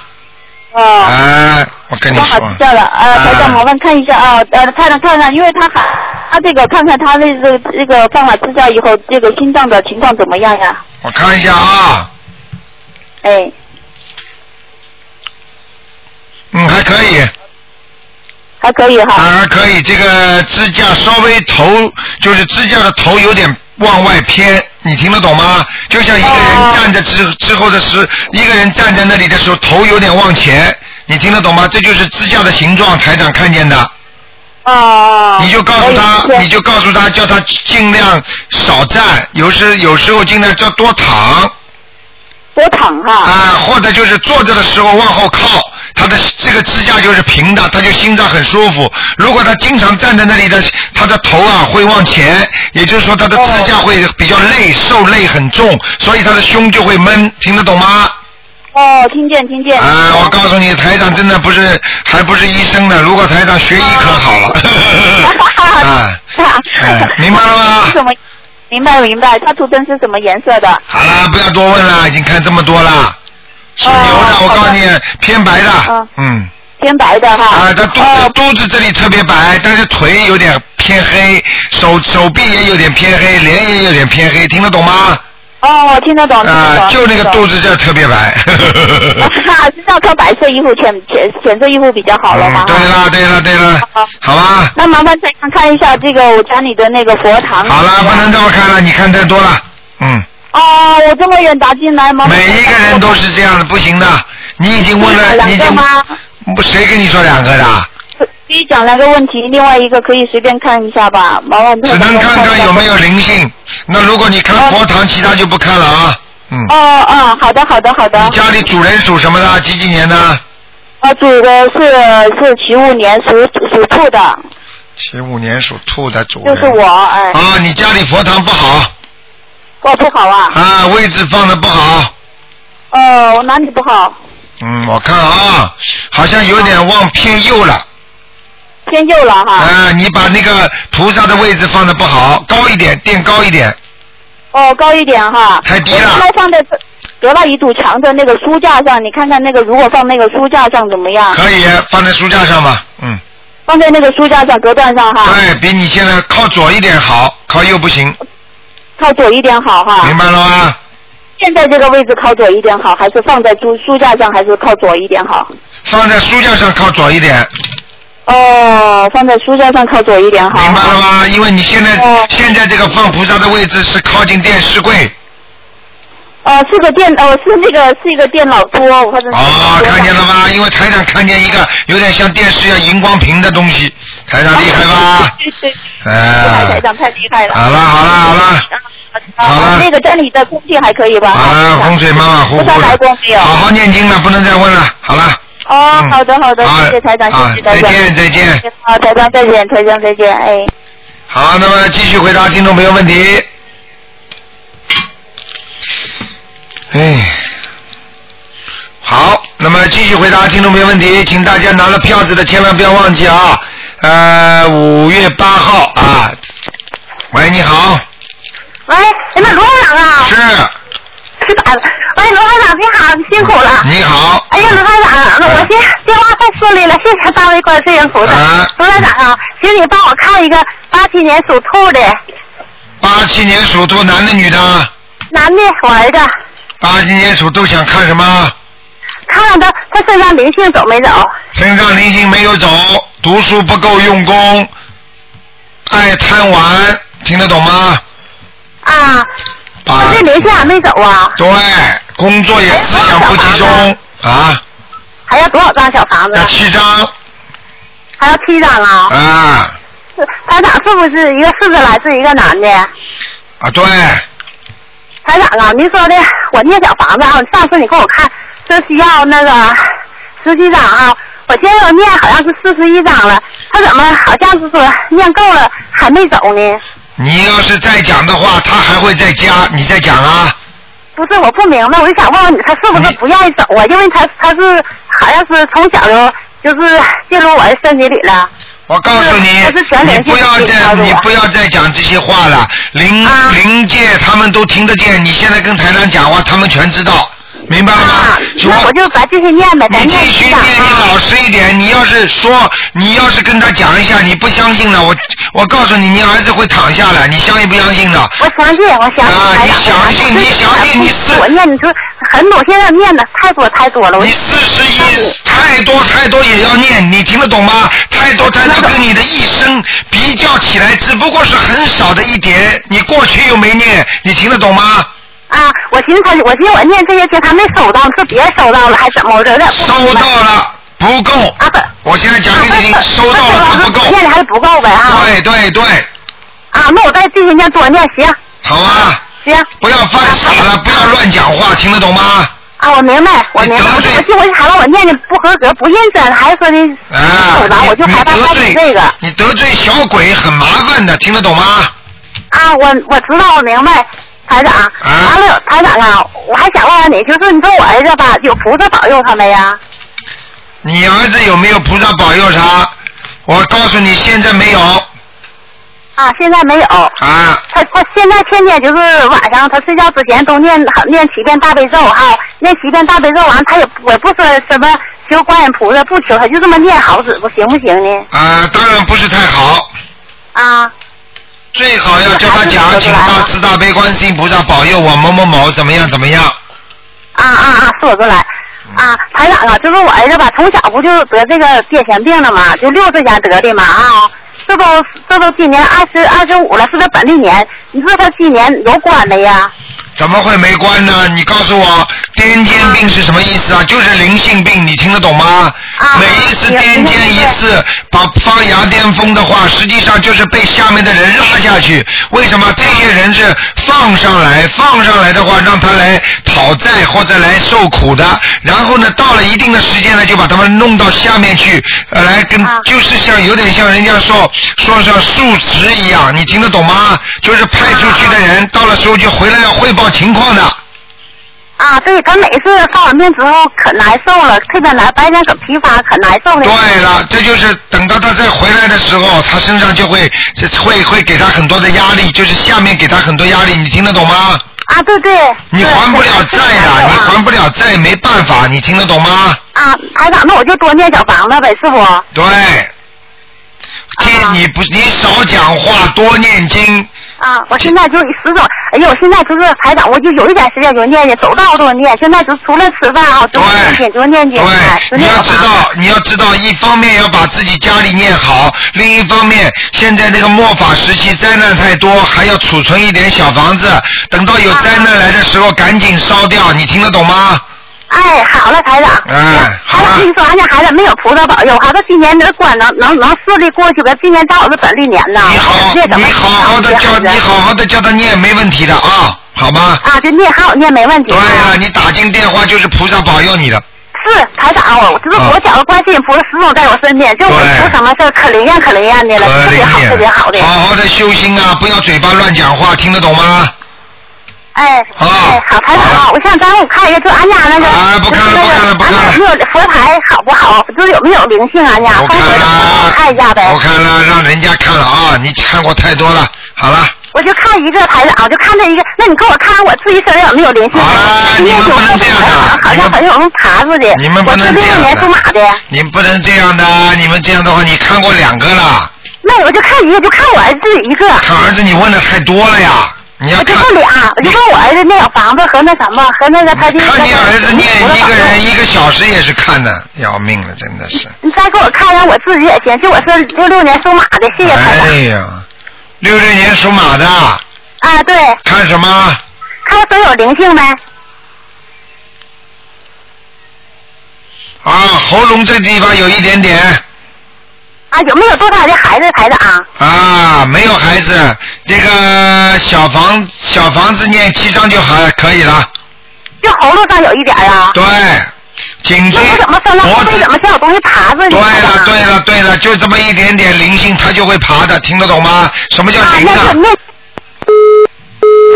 Speaker 5: 哦。
Speaker 1: 啊，我跟你
Speaker 5: 放好
Speaker 1: 说
Speaker 5: 支，架了，呃，台长，麻烦看一下啊，呃，看了看看，因为他还他这个看看他的这个这个放了支架以后，这个心脏的情况怎么样呀？
Speaker 1: 我看一下啊，
Speaker 5: 哎，
Speaker 1: 嗯，还可以。
Speaker 5: 还可以哈。
Speaker 1: 啊，还可以，这个支架稍微头就是支架的头有点往外偏，你听得懂吗？就像一个人站着之之后的时，一个人站在那里的时候，头有点往前，你听得懂吗？这就是支架的形状，台长看见的。
Speaker 5: 哦。
Speaker 1: 你就告诉
Speaker 2: 哎
Speaker 1: 他，你就告诉他，叫他尽量少站，有时有时候尽量叫多躺。
Speaker 5: 多躺哈。
Speaker 1: 啊，或者就是坐着的时候往后靠，他的这个支架就是平的，他就心脏很舒服。如果他经常站在那里的，他的头啊会往前，也就是说他的支架会比较累，受累很重，所以他的胸就会闷，听得懂吗？
Speaker 5: 哦，听见听见。
Speaker 1: 啊，我告诉你，台长真的不是，还不是医生呢。如果台长学医可好了。 啊，哎，明白了吗？
Speaker 5: 什么？明白明白，他图腾是什么颜色的？
Speaker 1: 好啦，不要多问了，已经看这么多了。属牛哦的，我告诉你，偏白的，嗯。
Speaker 5: 偏白的哈。
Speaker 1: 啊，他肚
Speaker 5: 哦
Speaker 1: 子肚子这里特别白，但是腿有点偏黑，手手臂也有点偏黑，脸也有点偏黑，听得懂吗？
Speaker 5: 哦，听得懂，听得懂。
Speaker 1: 啊，就那个
Speaker 5: 听得懂
Speaker 1: 肚子这儿特别白。
Speaker 5: 啊，是要穿白色衣服，浅浅浅色衣服比较好了吗？
Speaker 1: 嗯对啦，对啦，对啦，好吧。
Speaker 5: 那麻烦再看看一下这个我家里的那个佛堂。
Speaker 1: 好了，不能这么看了，你看太多了。嗯。
Speaker 10: 哦，我这么远打进来吗？
Speaker 1: 每一个人都是这样的，不行的。你已经问了，你
Speaker 10: 两
Speaker 1: 已
Speaker 10: 个
Speaker 1: 经
Speaker 10: 吗？
Speaker 1: 不谁跟你说两个的？
Speaker 10: 可以讲两个问题，另外一个可以随便看一下吧，麻烦
Speaker 1: 只能看看有没有灵性。那如果你看佛堂，其他就不看了啊。嗯。
Speaker 10: 哦哦，好的好的好的。
Speaker 1: 你家里主人属什么的？几几年的？
Speaker 10: 啊，主的是是七五年属属兔的，
Speaker 1: 七五年属兔的主
Speaker 10: 就
Speaker 1: 人。
Speaker 10: 是我啊哎，
Speaker 1: 啊，你家里佛堂不好
Speaker 10: 我不好啊，
Speaker 1: 啊，位置放的不好。
Speaker 10: 呃，我哪里不好？
Speaker 1: 嗯，我看啊，好像有点往偏右了。
Speaker 10: 偏右了哈。
Speaker 1: 啊，你把那个菩萨的位置放的不好，高一点，垫高一点。
Speaker 10: 哦，高一点哈。
Speaker 1: 太低
Speaker 10: 我
Speaker 1: 了
Speaker 10: 原来放在隔了一堵墙的那个书架上，你看看那个，如果放那个书架上怎么样？
Speaker 1: 可以啊放在书架上吧，嗯，
Speaker 10: 放在那个书架上隔断上哈，
Speaker 1: 对比你现在靠左一点好，靠右不行，
Speaker 10: 靠左一点好哈。
Speaker 1: 明白了吗？
Speaker 10: 现在这个位置靠左一点好，还是放在书书架上，还是靠左一点好？
Speaker 1: 放在书架上靠左一点，
Speaker 10: 哦，放在书架上靠左一点好。哦
Speaker 1: 明白了吗？因为你现在、现在这个放菩萨的位置是靠近电视柜，
Speaker 10: 呃，是个电，呃，是那个是一个电脑桌，我或者是
Speaker 1: 哦，看见了吗？因为台长看见一个有点像电视要荧光屏的东西，台长厉害吧？
Speaker 10: 对对，
Speaker 1: 哎、
Speaker 10: 啊台长太厉害了。
Speaker 1: 好了好了好了，
Speaker 10: 啊，那个家里的空气还可以吧？
Speaker 1: 好了，风水马马虎
Speaker 10: 菩萨
Speaker 1: 虎
Speaker 10: 来过
Speaker 1: 的，
Speaker 10: 没有？
Speaker 1: 好好念经了，不能再问了，好了。
Speaker 10: 哦，好的好的，
Speaker 1: 啊
Speaker 10: 谢谢台长，
Speaker 1: 啊
Speaker 10: 谢谢台长，
Speaker 1: 再见再见。
Speaker 10: 好，台长再见，台长再见，哎。
Speaker 1: 好，那么继续回答听众朋友问题。哎，好，那么继续回答听众朋友问题，请大家拿了票子的千万不要忘记啊，呃，五月八号啊。喂，你好，
Speaker 5: 喂，哎，那罗台长啊，
Speaker 1: 是，嗯
Speaker 5: 是打的。喂，罗台长，你好，你辛苦了。
Speaker 1: 你好，
Speaker 5: 哎呀，罗台长，那我先电话太顺利了，谢谢大位观世音菩萨。
Speaker 1: 嗯
Speaker 5: 罗台长啊，请你帮我看一个八七年属兔的
Speaker 1: 八七年属兔，男的女的？
Speaker 5: 男的，我儿子，
Speaker 1: 八七年属兔想看什么？
Speaker 5: 看看他他身上灵性走没走？啊
Speaker 1: 身上灵性没有走，读书不够用功，爱贪玩，听得懂吗？
Speaker 5: 啊，
Speaker 1: 把
Speaker 5: 他这灵性还没走啊？
Speaker 1: 对，工作也思想不集中
Speaker 5: 哎
Speaker 1: 啊，
Speaker 5: 还要多少张小房子？
Speaker 1: 要七张
Speaker 5: 还要七张啊？
Speaker 1: 啊
Speaker 5: 是台长是不是一个四十来岁一个男的？
Speaker 1: 啊，对，
Speaker 5: 台长啊，您说的我念小房子啊，上次你给我看说需要那个十七张啊，我现在念好像是四十一张了，他怎么好像是说念够了还没走呢？
Speaker 1: 你要是再讲的话，他还会再加，你再讲啊。
Speaker 5: 不是，我不明白，我就想问问你，他是不
Speaker 1: 哎
Speaker 5: 是不愿意走啊？因为他他是好像是从小就就是进入我的身体里了。
Speaker 1: 我告诉你
Speaker 5: 他嗯是全，
Speaker 1: 你
Speaker 5: 联系
Speaker 1: 不要
Speaker 5: 自己
Speaker 1: 再
Speaker 5: 告诉我
Speaker 1: 你不要再讲这些话了，灵、
Speaker 5: 啊
Speaker 1: 灵界他们都听得见，你现在跟台长讲话，他们全知道，明白了吗？
Speaker 5: 啊那我就把这些念呗，咱
Speaker 1: 你继
Speaker 5: 念
Speaker 1: 续
Speaker 5: 七
Speaker 1: 念，
Speaker 5: 张
Speaker 1: 你
Speaker 5: 啊。
Speaker 1: 老实一点。你要是说，你要是跟他讲一下，你不相信呢，我我告诉你，你儿子会躺下来。你相信不相信呢？
Speaker 5: 我相信，我相信。
Speaker 1: 啊
Speaker 5: 台
Speaker 1: 你
Speaker 5: 长啊
Speaker 1: 相信你相信你是
Speaker 5: 我念，你说很多，现在念的太多太多了。我
Speaker 1: 你四十一，太多太多也要念，你听得懂吗？太多太多跟你的一生比较起来，只不过是很少的一点。你过去又没念，你听得懂吗？
Speaker 5: 啊，我寻思他，我寻思我念这些经还没收到，是别人收到了还怎么？我有点不
Speaker 1: 收到了不够，
Speaker 5: 啊
Speaker 1: 我现在讲给你听，收到了还不够。
Speaker 5: 念的还啊是不够呗啊
Speaker 1: 对对对，
Speaker 5: 啊，那我再继续念多念，行
Speaker 1: 好啊，
Speaker 5: 行
Speaker 1: 不要犯傻了，不要乱讲话，听得懂吗？
Speaker 5: 啊，我明白，我明白，我我我还让我念的不合格，不认真，还说的
Speaker 1: 啊
Speaker 5: 收到，我就害怕他
Speaker 1: 罪
Speaker 5: 这个
Speaker 1: 你得罪小鬼很麻烦的，听得懂吗？
Speaker 5: 啊，我我知道，我明白。台长，完了、台长啊，我还想问问你，就是你说我儿子吧，有菩萨保佑他没呀？
Speaker 1: 你儿子有没有菩萨保佑他？我告诉你，现在没有
Speaker 5: 啊，现在没有。
Speaker 1: 啊。
Speaker 5: 他他现在天天就是晚上，他睡觉之前都念念七遍大悲咒哈，念七遍大悲咒完，他也不我也不说什么求观音菩萨，不求，他就这么念好使不行不行呢？
Speaker 1: 啊，当然不是太好，
Speaker 5: 啊，
Speaker 1: 最好要叫他讲，请大慈大悲观世音菩萨保佑我某某某怎么样怎么样。
Speaker 5: 啊啊啊！说出来啊，台长啊，就是我儿子吧，从小不就得这个癫痫病了嘛，就六岁前得的嘛啊，这都这都今年二十二十五了，是他本历年，你说他今年有关的呀？
Speaker 1: 怎么会没关呢？你告诉我，癫痫病是什么意思啊？就是灵性病，你听得懂吗？每一次癫痫一次，把发芽巅峰的话，实际上就是被下面的人拉下去。为什么这些人是放上来？放上来的话，让他来讨债或者来受苦的。然后呢，到了一定的时间呢，就把他们弄到下面去，呃来跟，就是像有点像人家说说像述职一样，你听得懂吗？就是派出去的人，到了时候就回来要汇报情况的。
Speaker 5: 啊，对，他每次放完病之后可难受了，特别难，白天可疲乏，可难受了。
Speaker 1: 对了，这就是等到他再回来的时候，他身上就会这会会给他很多的压力，就是下面给他很多压力，你听得懂吗？
Speaker 5: 啊，对对。
Speaker 1: 你还不了债的，你还不了债，没办法，你听得懂吗？
Speaker 5: 啊，台长，那我就多念小房子呗，师傅。
Speaker 1: 对，这你不你少讲话，多念经。
Speaker 5: 啊，我现在就是十种，哎呦，我现在就是台长，我就有一点时间就念念，走道都念。现在就除了吃饭啊，就念经，就念经，哎就
Speaker 1: 你
Speaker 5: 念
Speaker 1: 要
Speaker 5: 小
Speaker 1: 知
Speaker 5: 房子。
Speaker 1: 道，你要知道，一方面要把自己家里念好，另一方面，现在这个末法时期灾难太多，还要储存一点小房子，等到有灾难来的时候赶紧烧掉，你听得懂吗？
Speaker 5: 哎，好了，台长。
Speaker 1: 哎，
Speaker 5: 台长，跟你说，俺家孩子没有菩萨保佑，孩子今年这关能能能顺利过去呗，今年正好是本历年呢。你好，
Speaker 1: 你好好的叫你好好的叫他念，没问题的啊，好吗？
Speaker 5: 啊，就念好念没问题。啊
Speaker 1: 对了，你打进电话就是菩萨保佑你的，
Speaker 5: 是台长，我就是我讲的观世音菩萨始终在我身边，就我出什么事儿可灵验可灵验的了，特别好特别好的。
Speaker 1: 啊好好的修心啊，不要嘴巴乱讲话，听得懂吗？
Speaker 5: 哎，哎，好，台长啊，我想耽误看一个，就俺家那个，啊，不看了，不看了，不看了，有没有佛台好不好？就是有没有灵性啊俺家？我看了，看一下呗。
Speaker 1: 我看了，让人家看了啊，你看过太多了，好了。
Speaker 5: 我就看一个台长，我就看这一个，那你给我看看我自己身上有没有灵性？啊，你们不能这样的，好像好像有人爬出去。
Speaker 1: 你们不能
Speaker 5: 我是
Speaker 1: 这
Speaker 5: 六
Speaker 1: 样
Speaker 5: 六
Speaker 1: 的
Speaker 5: 年属马的，
Speaker 1: 你不能这样的，啊你们这样的话，你看过两个了。
Speaker 5: 那我就看一个，就看我儿子一个。
Speaker 1: 看儿子，你问的太多了呀。你要
Speaker 5: 啊我就
Speaker 1: 看
Speaker 5: 问俩，我就问我儿子那小房子和那什么和那个他这个。看你儿
Speaker 1: 儿子念一个人一个小时也是看的，要命了，真的是。
Speaker 5: 你再给我看看我自己也行，就我是六六年属马的，谢谢台长。
Speaker 1: 哎呀，六六年属马的，
Speaker 5: 啊，对，
Speaker 1: 看什么？
Speaker 5: 看都有灵性呗。
Speaker 1: 啊，喉咙这地方有一点点
Speaker 5: 啊，有没有多大的孩子台长？
Speaker 1: 啊，没有孩子，这个小房小房子念七张就好可以了。
Speaker 5: 就喉咙上有一点儿啊。
Speaker 1: 对，颈椎、
Speaker 5: 怎么啊分了？后背怎么像有东西爬啊着你？
Speaker 1: 对了，对了，对了，就这么一点点灵性，它就会爬的，听得懂吗？什么叫灵啊？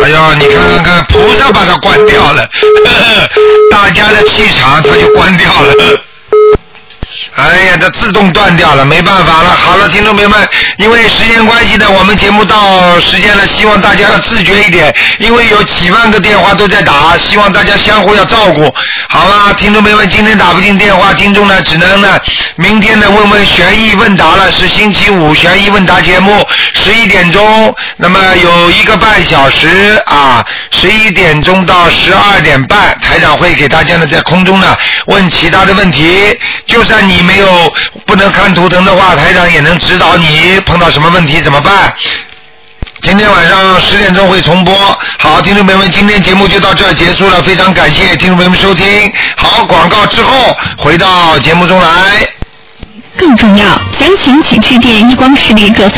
Speaker 1: 哎呦，你看看看，菩萨把它关掉了， 大家的气场它就关掉了。哎呀，它自动断掉了，没办法了。好了，听众朋友们，因为时间关系呢，我们节目到时间了，希望大家要自觉一点，因为有几万个电话都在打，希望大家相互要照顾，好吧？听众朋友们，今天打不进电话，听众呢只能呢，明天呢问问悬疑问答了，是星期五悬疑问答节目，十一点钟，那么有一个半小时啊，十一点钟到十二点半，台长会给大家呢在空中呢问其他的问题，就算你没有不能看图腾的话，台长也能指导你碰到什么问题怎么办。今天晚上十点钟会重播。好，听众朋友们，今天节目就到这儿结束了，非常感谢听众朋友们收听。好，广告之后回到节目中来。
Speaker 6: 更重要，详情请致电一光实力各方。